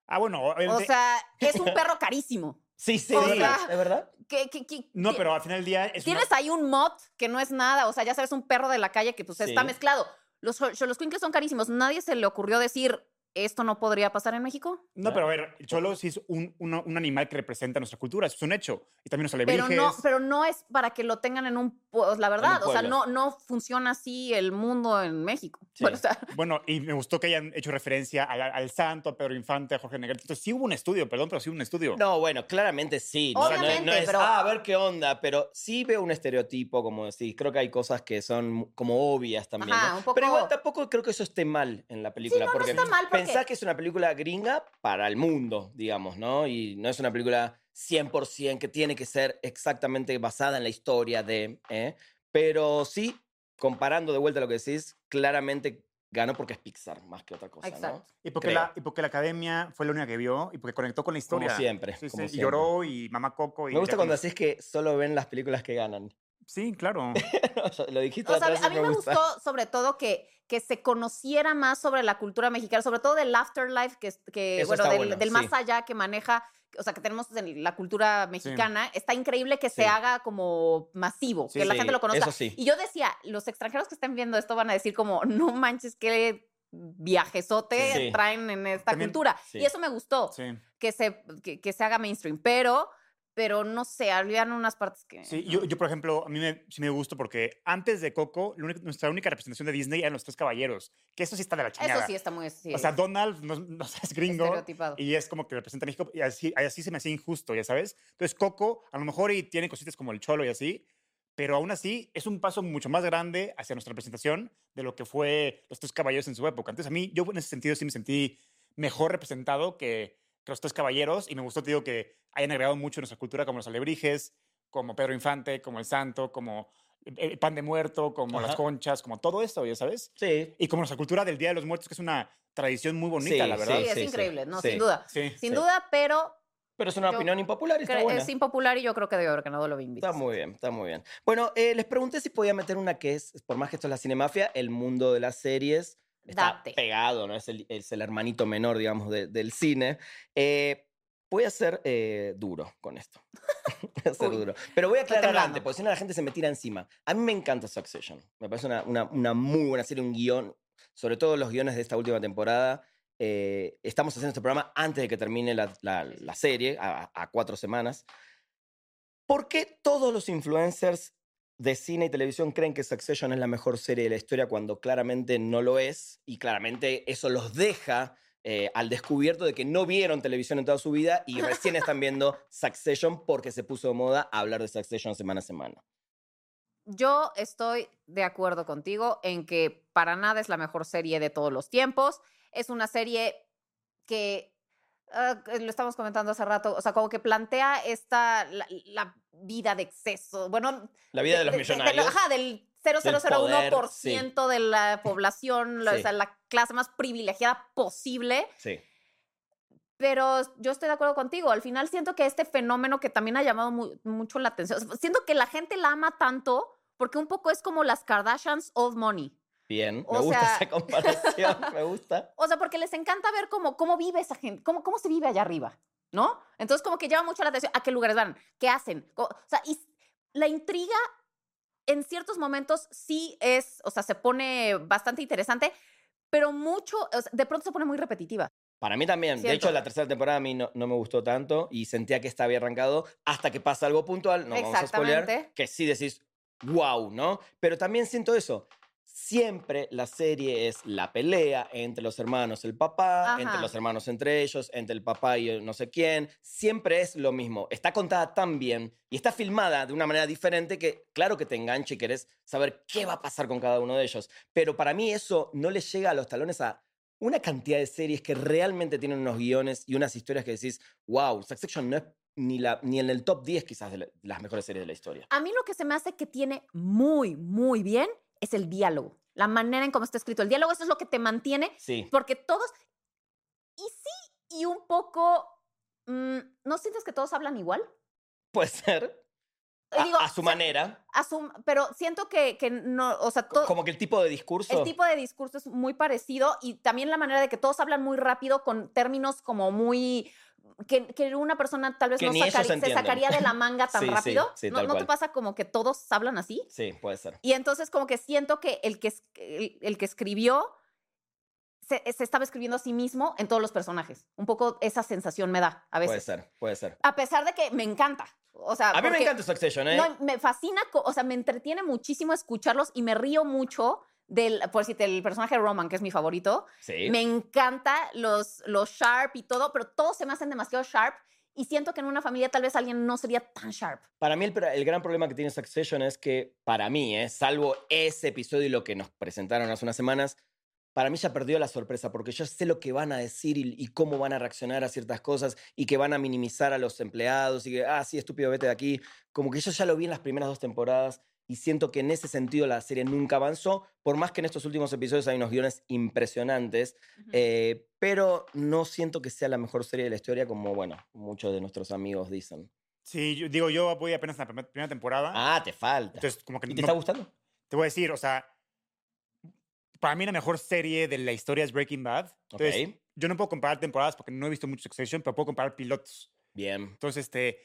S2: Ah, bueno,
S1: O
S2: obviamente-
S1: sea, es un perro carísimo.
S3: Sí, sí,
S1: o
S3: sí,
S1: sea,
S3: ¿es verdad?
S1: ¿Qué- qué- qué-
S2: no,
S1: qué-
S2: pero al final del día es una-
S1: Tienes ahí un mod que no es nada, o sea, ya sabes, un perro de la calle que pues está
S3: Sí.
S1: mezclado. Los choloscuincles son carísimos. Nadie se le ocurrió decir, esto no podría pasar en México.
S2: No, pero a ver, el cholo sí es un, uno- un animal que representa nuestra cultura, eso es un hecho. Y también los
S1: Pero
S2: alebrijes.
S1: no, pero no es para que lo tengan en un, pues, la verdad, o sea, no,
S3: pueblo.
S1: no funciona así el mundo en México.
S3: Sí.
S1: Bueno, o sea,
S2: Bueno, y me gustó que hayan hecho referencia al, al santo, a Pedro Infante, a Jorge Negrete. Entonces sí hubo un estudio, perdón, pero sí hubo un estudio.
S3: No, bueno, claramente sí. ¿no? No- no
S1: Obviamente,
S3: es,
S1: pero-
S3: "Ah, a ver qué onda, pero sí veo un estereotipo, como decís. Creo que hay cosas que son como obvias también.
S1: Ajá,
S3: ¿no?
S1: un poco-
S3: Pero igual tampoco creo que eso esté mal en la película.
S1: no, no
S3: porque
S1: está mal, porque-
S3: pensá que es una película gringa para el mundo, digamos, ¿no? Y no es una película 100% que tiene que ser exactamente basada en la historia de. ¿eh? Pero sí, comparando de vuelta lo que decís, claramente ganó porque es Pixar más que otra cosa, ¿no?
S1: Exacto.
S2: Y porque,
S3: Creo.
S2: la, y porque la academia fue la única que vio y porque conectó con la historia.
S3: Como siempre.
S2: Sí, sí,
S3: como
S2: y
S3: siempre.
S2: lloró y mamá Coco. Y
S3: Me gusta
S2: ya
S3: cuando
S2: conocí-
S3: decís que solo ven las películas que ganan.
S2: Sí, claro.
S3: Yo- Lo dijiste
S1: O sea,
S3: otra vez y
S1: a mí me
S3: gusta.
S1: gustó sobre todo que, que se conociera más sobre la cultura mexicana, sobre todo del afterlife, que, es- que
S3: Eso
S1: bueno,
S3: está
S1: del,
S3: bueno,
S1: del
S3: sí.
S1: más allá que maneja, o sea, que tenemos en la cultura mexicana. Está increíble que se
S3: Sí.
S1: haga como masivo,
S2: Sí,
S1: que la
S3: sí,
S1: gente lo conozca.
S3: eso sí.
S1: Y yo decía, los extranjeros que estén viendo esto van a decir como, no manches, qué viajesote
S3: Sí.
S1: traen en esta
S2: También-
S1: cultura.
S3: Sí.
S1: Y eso me gustó,
S2: Sí.
S1: que, se, que, que se haga mainstream, pero... Pero no sé, habían unas partes que.
S2: Sí, yo, yo, por ejemplo, a mí me, sí me gustó porque antes de Coco, la única- nuestra única representación de Disney eran los tres caballeros, que eso sí está de la chingada.
S1: Eso sí está muy. sí,
S2: O sea, Donald no, no es gringo
S1: estereotipado.
S2: y es como que representa a México y así, así se me hacía injusto, ya sabes. Entonces Coco a lo mejor y tiene cositas como el cholo y así, pero aún así es un paso mucho más grande hacia nuestra representación de lo que fue los tres caballeros en su época. Entonces a mí yo en ese sentido sí me sentí mejor representado que, que los tres caballeros y me gustó, te digo, que hayan agregado mucho en nuestra cultura como los alebrijes, como Pedro Infante, como el santo, como el pan de muerto, como las
S3: Ajá.
S2: conchas, como todo esto, ya sabes.
S3: Sí.
S2: Y como nuestra cultura del Día de los Muertos, que es una tradición muy bonita,
S3: Sí,
S2: la
S1: Sí,
S2: verdad.
S1: es
S3: sí,
S1: increíble, no,
S3: sí.
S1: sin duda.
S2: Sí.
S1: Sin
S3: sí.
S1: duda, pero
S3: Pero es una
S1: Yo
S3: opinión impopular y está
S1: cre-
S3: buena.
S1: es impopular y yo creo que debe haber ganado lo invito.
S3: Está muy bien, está muy bien. Bueno, eh, les pregunté si podía meter una que es, por más que esto es la cinemafia, el mundo de las series está
S1: Date.
S3: pegado, ¿no? Es el, es el hermanito menor, digamos, de- del cine. Eh, voy a ser eh, duro con esto. Voy a ser
S1: Uy,
S3: duro. Pero voy a
S1: estoy
S3: aclarar
S1: temblando.
S3: antes, porque si no la gente se me tira encima. A mí me encanta Succession. Me parece una, una, una muy buena serie, un guión, sobre todo los guiones de esta última temporada. Eh, estamos haciendo este programa antes de que termine la, la- la serie, a- a cuatro semanas. ¿Por qué todos los influencers de cine y televisión creen que Succession es la mejor serie de la historia cuando claramente no lo es? Y claramente eso los deja eh, al descubierto de que no vieron televisión en toda su vida y recién están viendo Succession porque se puso de moda hablar de Succession semana a semana.
S1: Yo estoy de acuerdo contigo en que para nada es la mejor serie de todos los tiempos. Es una serie que ah, lo estamos comentando hace rato, o sea, como que plantea esta la, la vida de exceso. Bueno,
S3: La vida de, los millonarios.
S1: ajá, del 0001% de la población, la- o
S3: Sí.
S1: sea, la clase más privilegiada posible.
S3: Sí.
S1: Pero yo estoy de acuerdo contigo. Al final siento que este fenómeno que también ha llamado mu- mucho la atención, o sea, siento que la gente la ama tanto porque un poco es como las Kardashians old money.
S3: Bien.
S1: O
S3: me gusta
S1: sea-
S3: esa comparación. Me gusta.
S1: O sea, porque les encanta ver cómo, cómo vive esa gente, cómo, cómo se vive allá arriba, ¿no? Entonces como que llama mucho la atención a qué lugares van, qué hacen. co- O sea, y la intriga en ciertos momentos sí es, o sea, se pone bastante interesante, pero mucho, o sea, de pronto se pone muy repetitiva.
S3: Para mí también. De
S1: Cierto.
S3: hecho, la tercera temporada a mí no, no me gustó tanto y sentía que esta había arrancado hasta que pasa algo puntual. No vamos a spoilear.
S1: Exactamente.
S3: Que sí decís, wow, ¿no? Pero también siento eso. Siempre la serie es la pelea entre los hermanos, el papá,
S1: Ajá.
S3: entre los hermanos entre ellos, entre el papá y el no sé quién. Siempre es lo mismo. Está contada tan bien y está filmada de una manera diferente que claro que te engancha y querés saber qué va a pasar con cada uno de ellos. Pero para mí eso no le llega a los talones a una cantidad de series que realmente tienen unos guiones y unas historias que decís, wow, Succession no es ni, la, ni en el top 10 quizás de la- de las mejores series de la historia.
S1: A mí lo que se me hace que tiene muy, muy bien es el diálogo. La manera en cómo está escrito el diálogo, eso es lo que te mantiene,
S3: Sí.
S1: porque todos, y sí, y un poco, mm, ¿no sientes que todos hablan igual?
S3: Puede ser. A,
S1: Digo,
S3: a su
S1: sí,
S3: manera.
S1: a su- pero siento que, que no, o sea, todo,
S3: Como que el tipo de discurso.
S1: el tipo de discurso es muy parecido y también la manera de que todos hablan muy rápido con términos como muy... Que, que una persona tal vez
S3: Que
S1: no
S3: ni ellos
S1: sacari- se
S3: entienden.
S1: sacaría de la manga tan
S3: Sí, sí,
S1: rápido.
S3: sí,
S1: ¿No,
S3: tal
S1: ¿No te
S3: cual.
S1: pasa como que todos hablan así?
S3: Sí, puede ser.
S1: Y entonces como que siento que el que, es- el, el que escribió se, se estaba escribiendo a sí mismo en todos los personajes. Un poco esa sensación me da a
S3: Puede
S1: veces.
S3: ser, puede ser.
S1: A pesar de que me encanta. O sea,
S3: Pues A mí me
S1: porque-
S3: encanta Succession, ¿eh?
S1: no, me fascina, co- o sea, me entretiene muchísimo escucharlos y me río mucho del, por decirte, el personaje de Roman, que es mi favorito.
S3: sí.
S1: Me encanta los, los sharp y todo, pero todos se me hacen demasiado sharp y siento que en una familia tal vez alguien no sería tan sharp.
S3: Para mí el, pro- el gran problema que tiene Succession es que, para mí, ¿eh? salvo ese episodio y lo que nos presentaron hace unas semanas, para mí ya perdió la sorpresa porque yo sé lo que van a decir y, y cómo van a reaccionar a ciertas cosas y que van a minimizar a los empleados y que, ah, sí, estúpido, vete de aquí. Como que yo ya lo vi en las primeras dos temporadas y siento que en ese sentido la serie nunca avanzó, por más que en estos últimos episodios hay unos guiones impresionantes, eh, pero no siento que sea la mejor serie de la historia como, bueno, muchos de nuestros amigos dicen.
S2: Sí, yo, digo, yo voy apenas a la primer- primera temporada.
S3: Ah, te falta.
S2: Entonces, como que
S3: ¿Y te
S2: no-
S3: está gustando?
S2: te voy a decir, o sea, para mí la mejor serie de la historia es Breaking Bad. Entonces,
S3: ok,
S2: yo no puedo comparar temporadas porque no he visto mucho Succession, pero puedo comparar pilotos.
S3: bien.
S2: Entonces, este,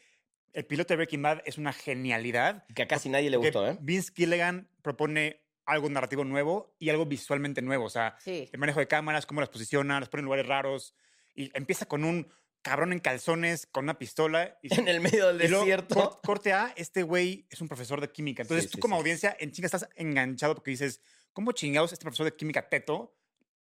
S2: el piloto de Breaking Bad es una genialidad.
S3: Que a casi nadie le
S2: porque
S3: gustó, ¿eh?
S2: Vince Gilligan propone algo narrativo nuevo y algo visualmente nuevo. O sea,
S1: Sí.
S3: eh,
S2: el manejo de cámaras, cómo las posiciona, las pone en lugares raros. Y empieza con un cabrón en calzones, con una pistola. Y,
S3: En el medio del
S2: y luego,
S3: desierto.
S2: cor- corte A, este güey es un profesor de química. Entonces
S3: Sí,
S2: tú
S3: sí,
S2: como
S3: sí.
S2: audiencia en chinga estás enganchado porque dices, ¿cómo chingados este profesor de química teto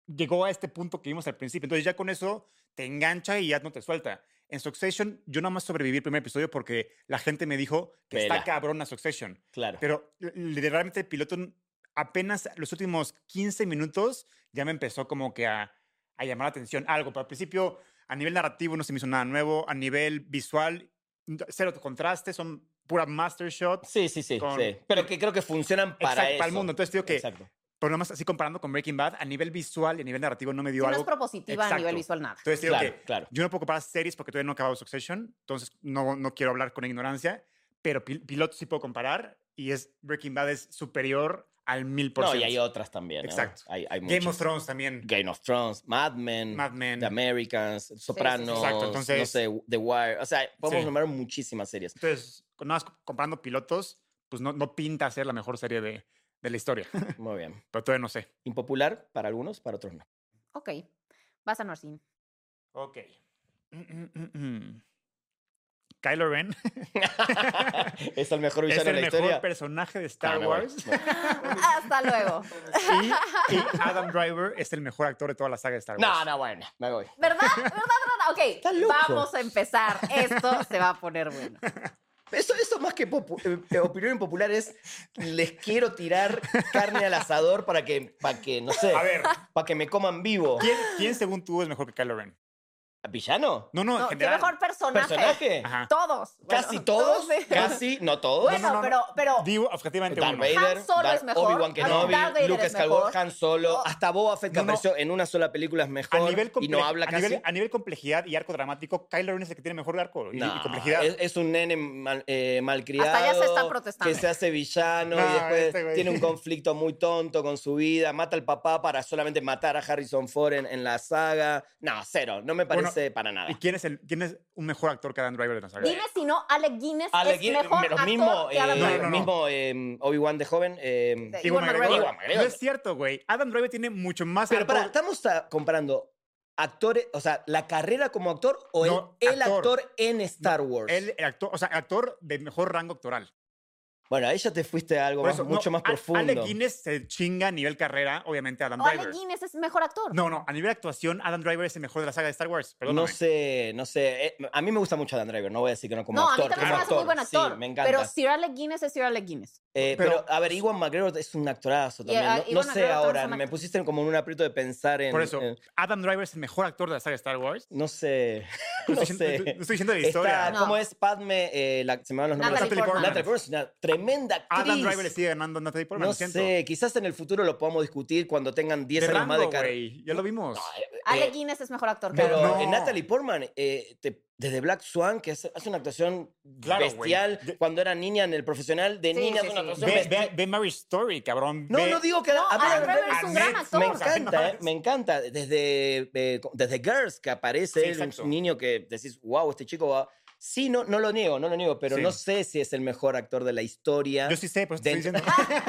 S2: llegó a este punto que vimos al principio? Entonces ya con eso te engancha y ya no te suelta. En Succession yo nada más sobreviví el primer episodio porque la gente me dijo que
S3: Vela.
S2: está cabrón a Succession.
S3: Claro.
S2: Pero l- literalmente el piloto n- apenas los últimos 15 minutos ya me empezó como que a, a llamar la atención algo. Pero al principio, a nivel narrativo no se me hizo nada nuevo. A nivel visual, n- cero contraste, son pura master shots.
S3: sí, sí, sí,
S2: con- e
S3: sí. Pero que creo que funcionan para
S2: Exacto,
S3: eso.
S2: para el mundo. Entonces digo que,
S3: Exacto.
S2: por lo más así comparando con Breaking Bad, a nivel visual y a nivel narrativo no me
S1: Sí,
S2: dio
S1: no es
S2: algo.
S1: propositiva a
S2: Exacto.
S1: nivel visual nada.
S2: Entonces digo
S3: claro,
S2: que
S3: claro.
S2: yo no puedo comparar series porque todavía no he acabado Succession, entonces no, no quiero hablar con ignorancia, pero pil- piloto sí puedo comparar y es Breaking Bad es superior al mil por
S3: No, y
S2: ciento.
S3: hay otras también. ¿eh?
S2: Exacto.
S3: Hay, hay
S2: Game of
S3: muchas.
S2: Thrones también.
S3: Game of Thrones, Mad Men,
S2: Mad Men.
S3: The Americans, Sopranos,
S2: Exacto,
S3: no
S2: entonces-
S3: sé, The Wire. O sea, podemos
S2: Sí.
S3: nombrar muchísimas series.
S2: Entonces, con- nada más comparando pilotos, pues no, no pinta ser la mejor serie de, de la historia,
S3: Muy bien.
S2: pero todavía no sé.
S3: Impopular para algunos, para otros no.
S1: Ok, vas a Norcin.
S2: Ok. Kylo Ren
S3: es el mejor
S2: es
S3: villano
S2: el
S3: de la
S2: mejor
S3: historia.
S2: personaje de
S3: Ah,
S2: Star
S3: me voy.
S2: Wars
S1: Hasta luego.
S2: y, y Adam Driver es el mejor actor de toda la saga de Star Wars.
S3: No, no, bueno, me voy.
S1: ¿Verdad? ¿Verdad? ¿Verdad? Ok,
S3: Está loco.
S1: vamos a empezar. Esto se va a poner bueno.
S3: Eso, eso más que popu- eh, eh, opinión impopular es les quiero tirar carne al asador para que, para que no sé,
S2: A ver,
S3: para que me coman vivo.
S2: ¿Quién, quién según tú es mejor que Kylo Ren?
S3: ¿Villano?
S2: No, no, en
S1: No, ¿Qué
S2: general.
S1: mejor personaje?
S3: ¿Personaje?
S2: Ajá.
S1: Todos. Bueno,
S3: ¿Casi todos?
S1: sí.
S3: ¿Casi? ¿No todos?
S1: Bueno,
S2: No, no, no,
S1: pero, pero
S2: Digo objetivamente
S3: Darth
S2: uno.
S3: Vader,
S1: Han Solo
S3: Darth-
S1: es mejor.
S3: Obi-Wan Kenobi,
S1: Darth Vader
S3: Luke
S1: es mejor.
S3: Skywalker, Han Solo, hasta Boba Fett que
S2: No, no.
S3: apareció en una sola película es
S2: A
S3: mejor
S2: nivel,
S3: y
S2: comple-
S3: no habla
S2: a,
S3: casi.
S2: nivel, a nivel complejidad y arco dramático, Kylo Ren es el que tiene mejor arco y, y
S3: Nah,
S2: complejidad.
S3: es, es un nene mal, eh, malcriado.
S1: Hasta ya se está protestando.
S3: Que se hace villano
S2: No,
S3: y después
S2: este güey.
S3: tiene un conflicto muy tonto con su vida. Mata al papá para solamente matar a Harrison Ford en, en la saga. No, cero. No me
S2: Bueno,
S3: parece para nada.
S2: ¿Y quién es, el, quién es un mejor actor que Adam Driver de la saga?
S1: Dime si no, Alec Guinness
S3: Ale,
S1: es
S3: ¿quién-
S1: mejor
S3: los
S1: actor
S3: mismo,
S1: que Adam
S3: eh,
S2: No,
S1: Driver.
S2: no, no.
S3: mismo eh, Obi-Wan de joven. eh,
S1: Sí.
S2: Ewan
S1: Ewan
S2: McGregor.
S1: McGregor.
S3: Ewan McGregor.
S2: No es cierto, güey. Adam Driver tiene mucho más
S3: pero
S2: arco-
S3: para, estamos ah, comparando actores, o sea, la carrera como actor o el-
S2: No,
S3: el,
S2: actor.
S3: actor. en Star Wars.
S2: Él, el actor, o sea, actor de mejor rango actoral.
S3: Bueno, ahí ya te fuiste a algo
S2: Por
S3: más-
S2: eso, no,
S3: mucho más
S2: Ale- Ale
S3: profundo.
S2: Guinness se chinga a nivel carrera, obviamente, a Adam
S1: O Ale
S2: Driver.
S1: Guinness es mejor actor.
S2: No, no, a nivel actuación, Adam Driver es el mejor de la saga de Star Wars. Perdóname.
S3: No sé, no sé. Eh, a mí me gusta mucho Dan Driver, no voy a decir que no como
S1: No,
S3: actor.
S1: a mí también
S3: como
S1: se me hace muy
S3: actor,
S1: buen actor.
S3: Sí, me encanta.
S1: Pero Sir Alec Guinness es Sir Alec Guinness.
S3: Eh,
S2: Pero-
S3: pero, a ver, Iwan McGregor es un actorazo
S1: Y,
S3: también.
S1: ah,
S3: no- no
S1: Ewan
S3: sé
S1: McGregor también
S3: ahora,
S1: es un
S3: me
S1: act-
S3: pusiste en como en un aprieto de pensar en.
S2: Por eso,
S3: eh,
S2: Adam Driver es el mejor actor de la saga de Star Wars.
S3: no sé.
S2: No,
S3: No
S2: estoy, diciendo,
S3: sé.
S2: no estoy diciendo la historia.
S3: Esta,
S1: No.
S3: ¿Cómo es Padme? Eh, la, se me van los nombres.
S1: Natalie Portman.
S3: Natalie Portman es una tremenda actriz.
S2: Adam Ah, Driver le sigue ganando a Natalie Portman,
S3: No
S2: lo siento.
S3: sé, quizás en el futuro lo podamos discutir cuando tengan 10
S2: De
S3: años más de
S2: rango,
S3: carrera.
S2: güey. Ya lo vimos.
S3: Eh,
S1: Alec Guinness es mejor actor que
S3: Pero
S1: Adam.
S2: No.
S3: eh, Natalie Portman, eh, te- desde Black Swan, que hace, hace una actuación
S2: Claro, güey.
S3: bestial,
S2: De-
S3: cuando era niña en el profesional, de
S1: Sí,
S3: niña
S1: sí,
S3: es una
S1: sí.
S3: actuación
S2: Ve,
S3: bestial.
S2: ve, ve Marriage Story, cabrón.
S3: No,
S2: Ve-
S3: no digo que...
S1: No,
S3: a ver,
S1: Adam
S3: a ver,
S1: Driver es un gran
S2: Annette
S1: actor.
S3: Me
S2: o sea,
S3: encanta,
S2: no
S3: eh, me encanta. Desde, eh, co- desde Girls, que aparece
S2: Sí,
S3: él,
S2: exacto.
S3: un niño que decís, wow, este chico va... Sí, no, no lo niego, no lo niego, pero
S2: Sí.
S3: no sé si es el mejor actor de la historia.
S2: Yo sí sé, por eso te estoy
S3: Dentro-
S2: diciendo.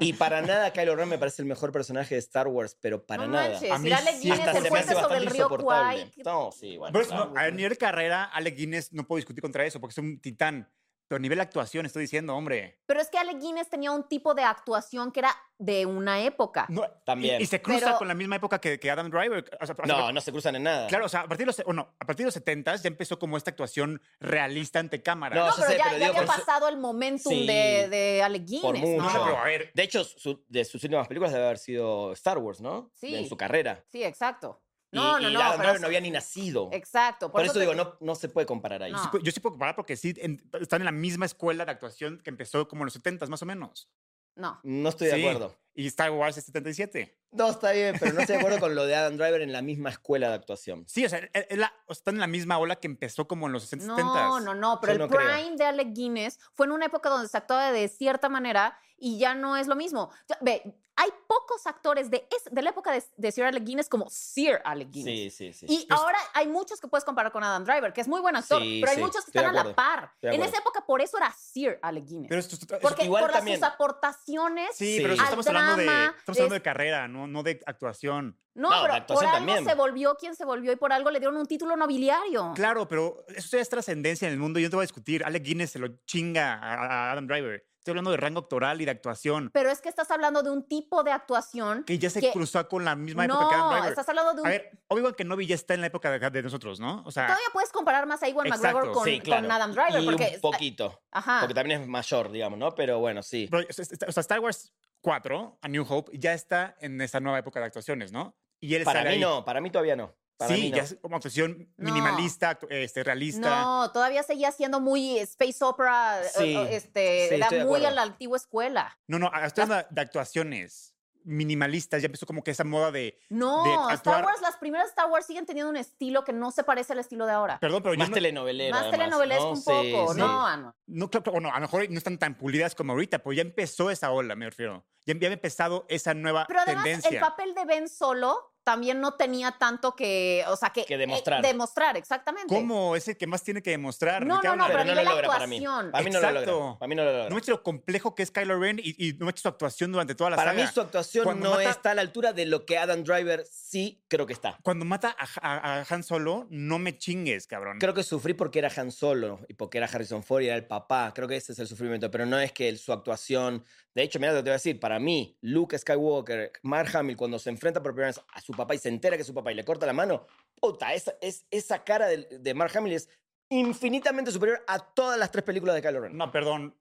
S3: Y para nada Kylo Ren me parece el mejor personaje de Star Wars, pero para
S1: no
S3: nada.
S1: manches,
S2: A mí
S1: Sir Alec
S2: sí
S1: Guinness,
S2: hasta
S1: el
S2: se me
S1: puente
S2: hace
S1: sobre el río Kwai.
S3: No, sí, bueno.
S2: Por eso,
S3: claro.
S2: no, a nivel carrera, Alec Guinness no puedo discutir contra eso porque es un titán. Pero a nivel actuación, estoy diciendo, hombre.
S1: Pero es que Alec Guinness tenía un tipo de actuación que era de una época.
S2: No,
S3: También.
S2: Y, y se cruza
S1: Pero-
S2: con la misma época que, que Adam Driver. O sea,
S3: No, no se cruzan en nada.
S2: Claro, o sea, a partir de los, o no, a partir de los 70 ya empezó como esta actuación realista ante cámara.
S3: No,
S1: No,
S3: ya
S1: pero
S3: sé,
S1: ya,
S3: pero
S1: ya
S3: digo,
S1: había
S3: por eso-
S1: pasado el momentum
S3: Sí.
S1: de, de Alec Guinness.
S3: Por
S1: ¿no?
S2: No,
S3: mucho.
S2: pero a ver.
S3: De hecho, su- de sus últimas películas debe haber sido Star Wars, ¿no?
S1: Sí.
S3: En su carrera.
S1: Sí, exacto.
S3: Y-
S1: No,
S3: y,
S1: no, no.
S3: Adam
S1: pero-
S3: Driver no había ni nacido.
S1: Exacto.
S3: Por, eso,
S1: te-
S3: digo, no, no se puede comparar ahí.
S1: No.
S2: Sí, Yo sí puedo comparar porque sí en- están en la misma escuela de actuación que empezó como en los 70 más o menos.
S1: No.
S3: No estoy de
S2: Sí,
S3: acuerdo.
S2: Y Star Wars es 77.
S3: No, está bien, pero no estoy de acuerdo con lo de Adam Driver en la misma escuela de actuación.
S2: Sí, o sea, es- es la- o sea, están en la misma ola que empezó como en los 60
S1: No, no, no, pero
S3: Yo
S1: el
S3: no creo.
S1: prime de Alec Guinness fue en una época donde se actuaba de cierta manera y ya no es lo mismo. Ya- Ve, hay pocos actores de, es- de la época de, de Sir Alec Guinness como Sir Alec Guinness.
S3: Sí, sí, sí.
S1: Y
S2: Yo est-
S1: ahora hay muchos que puedes comparar con Adam Driver, que es muy buen actor,
S3: Sí,
S1: pero hay
S3: sí,
S1: muchos que
S3: estoy de
S1: están a la
S3: acuerdo,
S1: par.
S3: de
S1: En
S3: acuerdo.
S1: esa época por eso era Sir Alec Guinness.
S2: Pero esto, esto-
S1: porque
S3: igual
S1: por las-
S3: también-
S1: sus aportaciones.
S2: sí, pero
S3: sí.
S2: eso estamos,
S1: Al
S2: hablando de,
S1: drama,
S2: estamos hablando
S1: es-
S2: de carrera, no, no de actuación.
S1: No,
S3: No, la
S1: pero por
S3: actuación
S1: algo
S3: también.
S1: se volvió quien se volvió y por algo le dieron un título nobiliario.
S2: Claro, pero eso ya es trascendencia en el mundo. Yo no te voy a discutir. Alec Guinness se lo chinga a, a Adam Driver. Estoy hablando de rango actoral y de actuación.
S1: Pero es que estás hablando de un tipo de actuación.
S2: Que ya se
S1: Que-
S2: cruzó con la misma época que Adam
S1: No,
S2: Driver.
S1: estás hablando de un
S2: A ver, Obi-Wan Kenobi ya está en la época de, de nosotros, ¿no? O sea,
S1: Todavía puedes comparar más a Iwan
S2: Exacto.
S1: McGregor con,
S3: ah. Sí, claro.
S1: con Adam Driver.
S3: Y
S1: porque, ah, eh,
S3: un poquito.
S1: ajá.
S3: Porque también es mayor, digamos, ¿no? Pero bueno, sí.
S2: pero, o sea, está- o sea, Star Wars 4, A New Hope, ya está en esta nueva época de actuaciones, ¿no? Y él
S3: Para
S2: sale
S3: mí
S2: ahí.
S3: no, para mí todavía no. Para
S2: sí,
S3: mí no.
S2: ya es como actuación
S1: No.
S2: minimalista, actu- este, realista.
S1: no, todavía seguía siendo muy space opera, eh,
S3: Sí,
S1: eh, este,
S3: sí,
S1: era
S3: estoy de
S1: muy a
S3: acuerdo.
S1: la antigua escuela.
S2: No, no, estoy hablando de actuaciones minimalistas. Ya empezó como que esa moda de.
S1: No,
S2: De
S1: Star
S2: actuar-
S1: Wars, las primeras Star Wars siguen teniendo un estilo que no se parece al estilo de ahora.
S2: Perdón, pero yo
S3: Más
S2: no,
S3: telenovelera.
S1: Más
S3: además,
S1: telenovelesco
S3: ¿no?
S1: un
S3: Sí,
S1: poco,
S3: sí.
S1: ¿no, Ano?
S2: no, claro, claro, bueno, a lo mejor no están tan pulidas como ahorita, pero ya empezó esa ola, me refiero. Ya, ya había empezado esa nueva
S1: Pero además, el
S2: tendencia.
S1: papel de Ben Solo también no tenía tanto que, o sea, que,
S3: Que
S1: eh,
S3: demostrar.
S1: demostrar, exactamente.
S2: ¿Cómo es el que más tiene que demostrar?
S1: No,
S2: ¿De qué
S1: no, no,
S2: hablan?
S1: pero
S3: Pero
S1: a
S3: no lo
S1: nivel
S3: logra para mí.
S1: actuación.
S3: Para mí no lo logra.
S2: Exacto.
S3: Para mí no lo logra.
S2: No me eches lo complejo que es Kylo Ren y, y no me eches su actuación durante toda la
S3: Para
S2: saga.
S3: mí su actuación
S2: Cuando
S3: no
S2: mata-
S3: está a la altura de lo que Adam Driver sí creo que está.
S2: Cuando mata a, a- a Han Solo, no me chingues, cabrón.
S3: Creo que sufrí porque era Han Solo y porque era Harrison Ford y era el papá. Creo que ese es el sufrimiento, pero no es que el- su actuación... De hecho, mira, te voy a decir, para mí, Luke Skywalker, Mark Hamill, cuando se enfrenta por primera vez a su papá y se entera que es su papá y le corta la mano, puta, esa, es, esa cara del- de, Mark Hamill es infinitamente superior a todas las tres películas de Kylo Ren.
S2: No, perdón.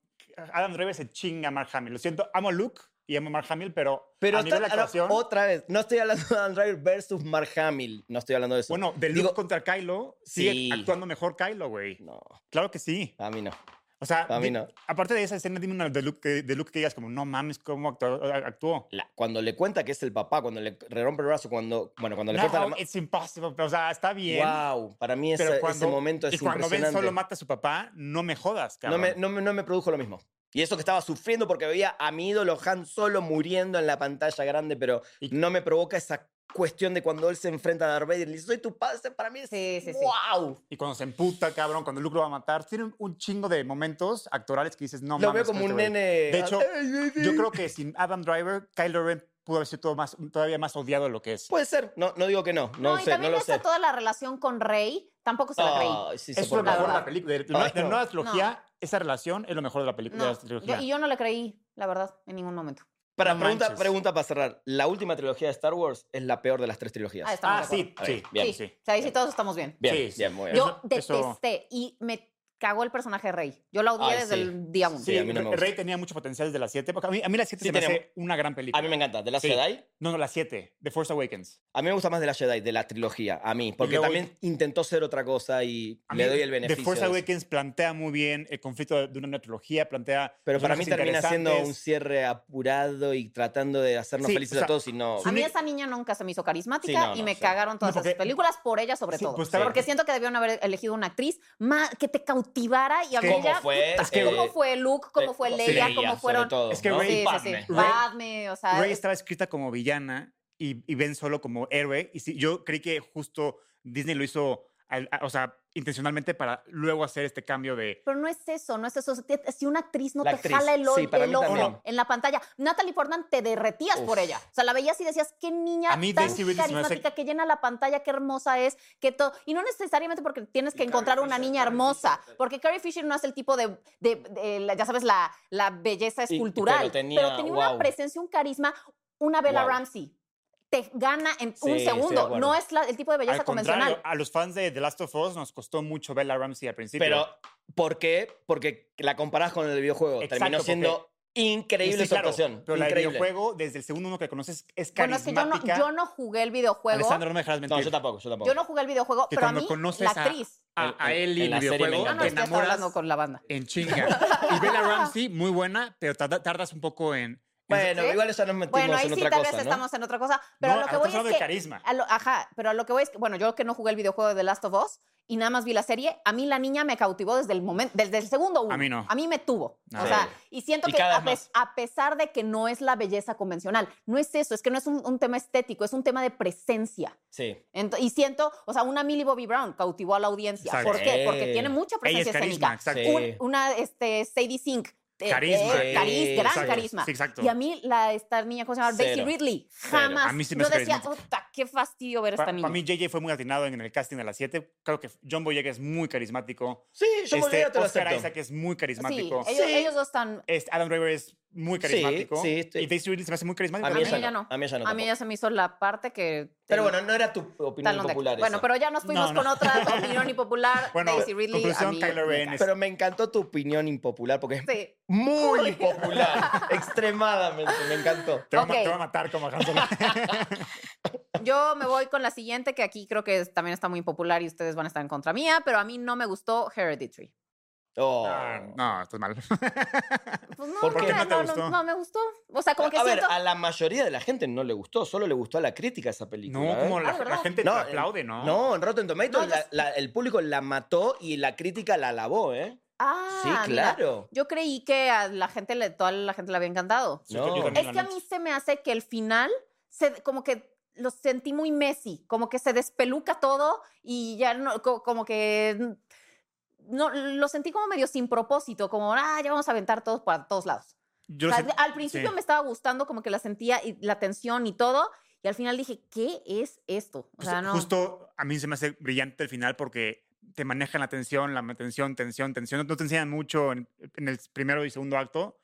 S2: Adam Driver se chinga a Mark Hamill. Lo siento, amo a Luke y amo a Mark Hamill, pero,
S3: Pero
S2: a nivel de
S3: está- ahora,
S2: actuación...
S3: otra vez, no estoy hablando de Adam Driver versus Mark Hamill, no estoy hablando de eso.
S2: Bueno, de Luke
S3: Digo-
S2: contra Kylo, sigue
S3: Sí.
S2: actuando mejor Kylo, güey.
S3: No,
S2: Claro que sí.
S3: a mí no.
S2: O sea,
S3: A mí
S2: di-
S3: no.
S2: aparte de esa escena, dime una de Luke, que, de Luke que digas como, no mames, ¿cómo actua- a- actuó?
S3: La- cuando le cuenta que es el papá, cuando le re- rompe el brazo, cuando, bueno, cuando le corta la
S2: No,
S3: mano.
S2: it's impossible. pero, O sea, está bien.
S3: Wow, para mí ese,
S2: pero
S3: ese
S2: cuando,
S3: momento es
S2: y cuando Ben
S3: impresionante.
S2: Solo mata a su papá, no me jodas,
S3: no,
S2: cabrón.
S3: me, no, me, no me produjo lo mismo. Y eso que estaba sufriendo porque veía a mi ídolo Han solo muriendo en la pantalla grande, pero
S2: Y-
S3: no me provoca esa cuestión de cuando él se enfrenta a Darth Vader y le dice, soy tu padre, para mí es
S1: Sí, sí, sí.
S3: wow.
S2: Y cuando se emputa, cabrón, cuando Luke lo va a matar, tiene un- un chingo de momentos actorales que dices, no
S3: Lo
S2: mames.
S3: veo como
S2: con
S3: un
S2: este güey".
S3: nene.
S2: De hecho,
S3: Ay, ay, ay.
S2: Yo creo que sin Adam Driver, Kylo Ren pudo haber sido todo más, todavía más odiado de lo que es.
S3: Puede ser, no, no digo que no, no,
S1: No, y
S3: sé, no
S1: también
S3: lo
S1: esa
S3: sé. Ah,
S1: toda la relación con Rey, tampoco se la creí.
S3: Ay, sí,
S2: es lo
S1: la
S2: mejor de
S1: verdad.
S2: la película. De, de- de- de la
S3: no.
S2: nueva trilogía, esa relación es lo mejor de la película.
S1: No,
S2: de la trilogía.
S1: yo- y yo no la creí, la verdad, en ningún momento.
S3: Para
S2: No
S3: pregunta,
S2: manches.
S3: pregunta para cerrar. La última trilogía de Star Wars es la peor de las tres trilogías.
S1: Ah, estamos
S2: ah,
S1: de acuerdo.
S2: sí, sí,
S3: Ok, bien.
S1: sí,
S2: sí.
S1: O sea, ahí sí todos estamos bien.
S3: bien,
S2: sí, sí.
S3: bien, muy bien.
S1: Yo
S2: Eso- eso-
S1: detesté y me cagó el personaje de Rey. Yo la odié
S3: Ay,
S1: desde
S3: sí.
S1: el día uno.
S3: Sí, a mí no me gusta.
S2: Rey tenía mucho potencial desde la 7. Porque a mí, a mí la 7
S3: Sí,
S2: se me
S3: tenemos.
S2: hace una gran película.
S3: a mí me encanta. The Last
S2: Sí.
S3: Jedi.
S2: No, no, la 7, The Force Awakens.
S3: A mí me gusta más de la Jedi, de la trilogía, a mí. Porque
S2: luego-
S3: también intentó ser otra cosa y
S2: A
S3: le
S2: mí,
S3: doy el beneficio.
S2: The Force
S3: de eso.
S2: Awakens plantea muy bien el conflicto de una nueva trilogía, plantea.
S3: Pero para mí
S2: personajes
S3: termina siendo un
S2: interesantes.
S3: cierre apurado y tratando de hacernos
S2: Sí,
S3: felices
S2: o sea,
S3: a todos y no.
S1: A mí
S2: Zuni-
S1: esa niña nunca se me hizo carismática
S3: Sí, no,
S1: y
S3: no,
S1: me
S3: sí.
S1: cagaron todas
S2: No, porque-
S1: esas películas por ella sobre
S2: Sí,
S1: todo.
S2: pues, estaba-
S1: Porque siento que debieron haber elegido una actriz más que te cautivara y a mí
S3: ¿Cómo
S1: ella-
S3: fue?
S1: puta,
S3: Es que-
S1: ¿Cómo fue Luke? ¿Cómo
S3: Eh,
S1: fue
S3: sí,
S1: Leia?
S3: Leia,
S1: ¿Cómo
S3: sobre
S1: fueron?
S3: todo,
S2: Es que
S3: ¿no?
S2: Rey-
S1: Sí, sí, sí.
S3: Y Padme.
S2: Rey-
S1: Padme, o sea,
S2: Rey
S1: es-
S2: estaba escrita como villana y, y Ben solo como héroe. Y sí, yo creí que justo Disney lo hizo, al- a- o sea, intencionalmente para luego hacer este cambio de.
S1: Pero no es eso, no es eso. Si te- Si una actriz no
S3: La
S1: te
S3: actriz,
S1: jala el, o-
S3: sí, para
S1: el
S3: mí también.
S1: ojo en la pantalla, Natalie Portman te derretías
S3: Uf.
S1: por ella. O sea, la veías y decías, qué niña
S2: A mí
S1: tan
S2: Daisy Ridley se me hace-
S1: carismática, que llena la pantalla, qué hermosa es, que todo. Y no necesariamente porque tienes que
S3: Carrie
S1: encontrar una
S3: Fisher,
S1: niña
S3: Carrie
S1: hermosa,
S3: Fisher.
S1: porque Carrie Fisher no es el tipo de, de- de la- ya sabes, la, la belleza
S3: pero
S1: escultural.
S3: tenía-
S1: una
S3: wow.
S1: presencia, un carisma, una Bella
S3: Wow.
S1: Ramsey. Te gana en
S3: Sí,
S1: un
S3: estoy de
S1: segundo.
S3: acuerdo.
S1: No es la- el tipo de belleza
S2: Al
S1: convencional.
S2: contrario, a los fans de The Last of Us nos costó mucho Bella Ramsey al principio.
S3: Pero, ¿por qué? Porque la comparás con el videojuego.
S2: Exacto,
S3: Terminó siendo increíble
S2: Sí,
S3: su
S2: claro,
S3: actuación.
S2: Pero la de
S3: increíble.
S2: videojuego, desde el segundo uno que conoces, es
S1: Bueno, es que yo
S2: carismática.
S1: no, yo no jugué el videojuego.
S2: Alessandro, no me dejarás mentir.
S3: No, yo tampoco, yo tampoco.
S1: Yo no jugué el videojuego,
S2: Que
S1: pero a
S2: cuando
S1: mí,
S2: conoces
S1: la
S2: a-
S1: actriz.
S2: a, a
S3: En- en-
S2: Eli
S3: en la serie me
S2: videojuego,
S1: No,
S3: encanta.
S1: no,
S2: te
S1: es que estoy
S2: enamoras
S1: hablando con la banda.
S2: en chinga. y Bella Ramsey, muy buena, pero tarda- tardas un poco en...
S3: Bueno,
S1: ¿Sí?
S3: igual ya nos metimos
S1: Bueno, ahí
S3: en
S1: sí
S3: otra
S1: tal
S3: cosa,
S1: vez
S3: ¿no?
S1: estamos en otra cosa, pero
S2: No,
S1: a lo que
S2: ahora
S1: voy
S2: estás hablando
S1: es
S2: de
S1: que...
S2: carisma.
S1: a lo- ajá, pero a lo que voy es que, bueno, yo que no jugué el videojuego de The Last of Us y nada más vi la serie, a mí la niña me cautivó desde el momento, desde el segundo uno.
S2: A mí no.
S1: A mí me tuvo.
S2: No.
S1: O sea,
S3: Sí.
S1: y siento
S3: Y
S1: que
S3: cada
S1: a,
S3: vez
S1: pes- a pesar de que no es la belleza convencional, no es eso, es que no es un, un tema estético, es un tema de presencia.
S3: Sí.
S1: Ento- y siento, o sea, una Millie Bobby Brown cautivó a la audiencia.
S2: Exacto.
S1: ¿Por qué?
S3: Sí.
S1: Porque tiene mucha
S2: Ella
S1: presencia
S2: es carisma,
S1: escénica.
S2: exacto.
S3: Sí.
S1: un- una este, Sadie Sink. eh,
S2: Carisma.
S1: eh, cariz-
S3: Sí,
S1: gran
S2: exacto.
S1: carisma.
S2: Sí, exacto.
S1: Y a mí, la, esta niña, ¿cómo se llama? Daisy
S3: Cero.
S1: Ridley.
S3: Cero.
S1: Jamás.
S2: A mí sí me
S1: Yo
S2: hace
S1: decía,
S2: carismática.
S1: "Puta, qué fastidio ver a esta
S2: Para
S1: niña.
S2: mí JJ fue muy atinado en el casting de las 7. Creo que John Boyega es muy carismático.
S3: Sí, yo volví a te lo
S2: Este Oscar
S3: acepto.
S2: Isaac es muy
S1: sí,
S2: carismático.
S1: ellos,
S3: Sí.
S1: ellos dos están.
S2: Este, Adam Driver es muy carismático.
S3: sí, estoy-
S2: Y Daisy Ridley se me hace muy carismático.
S3: A mí
S1: mí
S3: ella
S1: ya
S3: no.
S1: no.
S3: A mí ella no.
S1: A mí ya
S3: tampoco.
S1: se me hizo la parte que.
S3: Pero bueno, no era tu opinión
S1: talón de
S3: popular.
S1: Aquiles. Bueno,
S3: esa.
S1: pero ya nos fuimos
S2: No, no.
S1: con otra opinión impopular.
S2: Bueno,
S1: Daisy Ridley. A
S2: conclusión,
S1: mí, me
S2: Kylo Ren
S1: cae.
S2: es-
S3: Pero me encantó tu opinión impopular porque es
S1: Sí.
S3: muy impopular. extremadamente, me encantó.
S2: Te, va a ma-
S1: Ok.
S2: te va a matar como a Han Solo.
S1: Yo me voy con la siguiente, que aquí creo que es- también está muy popular y ustedes van a estar en contra mía, pero a mí no me gustó Hereditary.
S3: Oh.
S2: Ah, no, estás mal.
S1: Pues no,
S3: ¿Por
S1: no,
S3: qué
S1: me-
S2: no te
S1: no,
S2: gustó?
S1: no, no me gustó. O sea, como que
S3: a ver,
S1: siento.
S3: a la mayoría de la gente no le gustó, solo le gustó a la crítica esa película.
S2: No,
S3: ¿eh?
S2: como
S1: Ah,
S2: la,
S1: ¿verdad?
S2: la gente
S3: No,
S2: te
S3: eh,
S2: aplaude, ¿no?
S3: No, en Rotten Tomatoes
S1: No,
S3: la-
S1: no sé.
S3: la- el público la mató y la crítica la alabó, ¿eh?
S1: ah,
S3: sí,
S1: mira,
S3: claro.
S1: yo creí que a la gente, le, toda la gente le había encantado.
S2: Sí, yo- yo
S3: No.
S2: también,
S1: Es
S2: la
S1: que a
S2: neta.
S1: mí se me hace que el final, se, como que lo sentí muy Messi, como que se despeluca todo y ya no, co- como que. No, lo sentí como medio sin propósito, como, ah, ya vamos a aventar todos para todos lados.
S2: Yo
S1: O
S2: lo
S1: sea,
S2: sé-
S1: al principio
S2: sí.
S1: me estaba gustando, como que la sentía y la tensión y todo, y al final dije, ¿qué es esto? O
S2: Pues,
S1: sea, no.
S2: Justo a mí se me hace brillante el final porque te manejan la tensión, la tensión, tensión, tensión. No, no te enseñan mucho en, en el primero y segundo acto.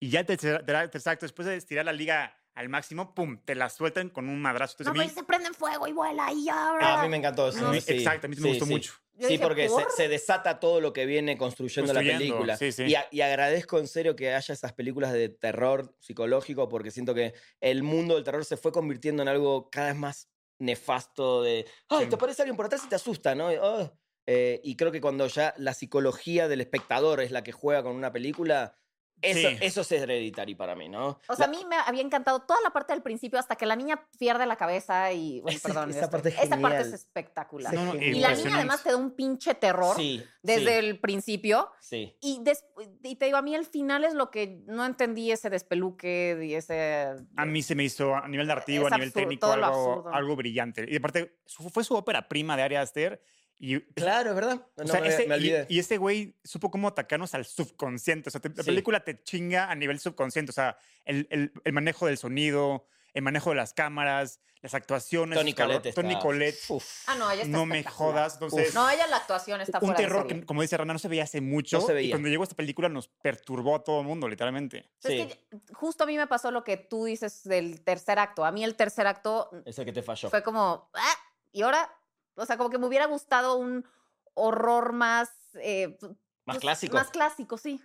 S2: Y ya el tercer, ter- tercer acto, después de estirar la liga al máximo, pum, te la sueltan con un madrazo.
S1: no, pues,
S2: Entonces, a
S1: pero
S2: mí-
S1: se prende en fuego y vuela y ahora.
S3: A mí me encantó eso.
S1: No.
S2: a mí-
S3: sí.
S2: exacto, a mí me
S3: Sí,
S2: gustó
S3: sí.
S2: mucho.
S1: Yo
S3: sí,
S1: dije,
S3: porque se,
S1: "¿Por?".
S3: se desata todo lo que viene construyendo, la
S2: Construyendo,
S3: película.
S2: sí, sí.
S3: Y, a- y agradezco en serio que haya esas películas de terror psicológico porque siento que el mundo del terror se fue convirtiendo en algo cada vez más nefasto de, ay,
S2: Sí.
S3: te aparece alguien por atrás y te asusta, ¿no? Y, "Ah". Eh, y creo que cuando ya la psicología del espectador es la que juega con una película, eso,
S2: Sí.
S3: eso es hereditary para mí, ¿no?
S1: O sea, a mí me había encantado toda la parte del principio hasta que la niña pierde la cabeza y. bueno,
S3: Esa-
S1: perdón,
S3: esa
S1: ya estoy-
S3: parte es
S1: esa parte es
S3: genial.
S1: espectacular.
S3: Sí.
S2: No, no,
S3: Y la
S1: Y la niña además te da un pinche terror
S3: sí,
S1: desde
S3: sí,
S1: el principio.
S3: sí.
S1: Y, des- y te digo, a mí el final es lo que no entendí ese despeluque y ese.
S2: A mí se me hizo, a nivel narrativo,
S1: Es
S2: a nivel
S1: absurdo,
S2: técnico,
S1: todo lo
S2: algo,
S1: absurdo.
S2: algo brillante. Y aparte, su- fue su ópera prima de Ari Aster. Y,
S3: Claro, es verdad. No,
S2: o sea,
S3: me,
S2: ese-
S3: me
S2: y-
S3: olvidé.
S2: y, ese güey supo cómo atacarnos al subconsciente. O sea, te- la
S3: Sí.
S2: película te chinga a nivel subconsciente. O sea, el, el- el manejo del sonido, el manejo de las cámaras, las actuaciones.
S3: Tony
S2: sus cabro-
S3: Colette.
S2: Toni
S3: está-
S2: Collette,
S3: Uf.
S1: Ah, no, ella está
S2: no me
S1: espectacular.
S2: jodas. Entonces,
S1: No, ella la actuación está
S2: un
S1: fuera de
S2: terror
S1: serie.
S2: que, como dice Rana, no se veía hace mucho.
S3: No se
S2: Y
S3: veía.
S2: cuando llegó esta película nos perturbó a todo el mundo, literalmente.
S1: Pero es
S3: Sí.
S1: que justo a mí me pasó lo que tú dices del tercer acto. A mí el tercer acto
S3: Es el que te falló.
S1: fue como, "Ah", y ahora, o sea, como que me hubiera gustado un horror más... eh,
S3: Más
S1: pues,
S3: clásico.
S1: Más clásico, sí.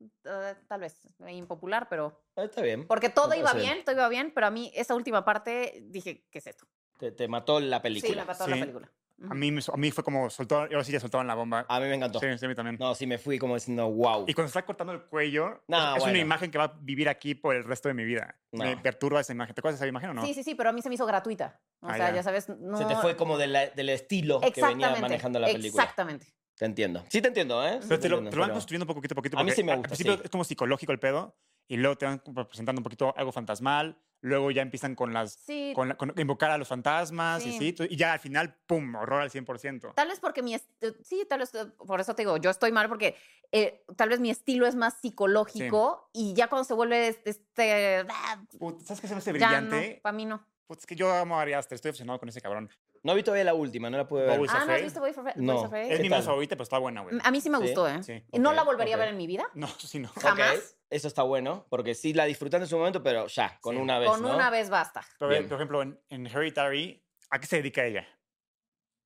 S1: Eh, tal vez eh, impopular, pero...
S3: Ah, está bien.
S1: Porque todo
S3: Me
S1: iba
S3: parece
S1: bien, todo iba bien, pero a mí esa última parte dije, ¿qué es esto?
S3: Te, te mató la
S1: Sí,
S3: película.
S1: me mató
S2: Sí.
S1: la película. Ujú.
S2: A mí, me- a mí fue como, soltó, ahora sí ya soltaban la bomba.
S3: A mí me encantó.
S2: Sí, sí, a mí también.
S3: Ah, No, sí, me fui como diciendo, wow.
S2: Y cuando se está cortando el cuello,
S3: No,
S2: es- es
S3: bueno.
S2: una imagen que va a vivir aquí por el resto de mi vida.
S3: No.
S2: Me perturba esa imagen. ¿Te acuerdas de esa imagen o no?
S1: Sí, sí, sí, pero a mí se me hizo gratuita. O
S2: Ah,
S1: sea,
S2: ya.
S1: ya, sabes, no...
S3: Se te fue como de la- del estilo que venía
S1: Exactamente,
S3: manejando la película.
S1: Exactamente.
S3: Te entiendo. Sí, te entiendo, ¿eh? Sí
S2: Pero te lo,
S3: entiendo,
S2: te lo van
S3: pero-
S2: construyendo poquito a poquito.
S3: A mí
S2: porque
S3: sí me
S2: al
S3: gusta,
S2: principio
S3: sí.
S2: es como psicológico el pedo y luego te van como presentando un poquito algo fantasmal. Luego ya empiezan con las.
S1: Sí,
S2: Con, la- con invocar a los fantasmas y
S1: Sí.
S2: sí. Y ya al final, pum, horror al 100%.
S1: Tal vez porque mi... est- eh, Sí, tal vez, eh, por eso te digo, yo estoy mal porque eh, tal vez mi estilo es más psicológico y ya cuando se vuelve este... este ah,
S2: Puta, ¿Sabes qué se me hace
S1: ya no,
S2: brillante?
S1: para mí no.
S2: Puta, es que yo amo a Ari Aster, estoy obsesionado con ese cabrón.
S3: No vi todavía la última, no la pude ver.
S2: Boys
S1: Ah, ¿no has
S2: Afraid?
S1: visto Boys Afraid?
S3: No.
S1: Boys Afraid?
S2: Es
S3: ¿Qué
S2: mi más
S3: tal?
S2: favorita, pero está buena, güey.
S1: ¿Eh? A mí sí me
S3: Sí,
S1: gustó, ¿eh?
S2: sí,
S1: Y No
S3: ok,
S1: la volvería
S3: ok.
S1: a ver en mi vida.
S2: No, sí, no.
S3: Ok,
S1: Ah, jamás.
S3: Eso está bueno, porque sí la disfruté en su momento, pero ya, con
S2: Sí.
S3: una vez.
S1: Con
S3: ¿no?
S1: una vez basta.
S2: Pero,
S3: Bien.
S2: por ejemplo, en, en Hereditary, ¿a qué se dedica ella?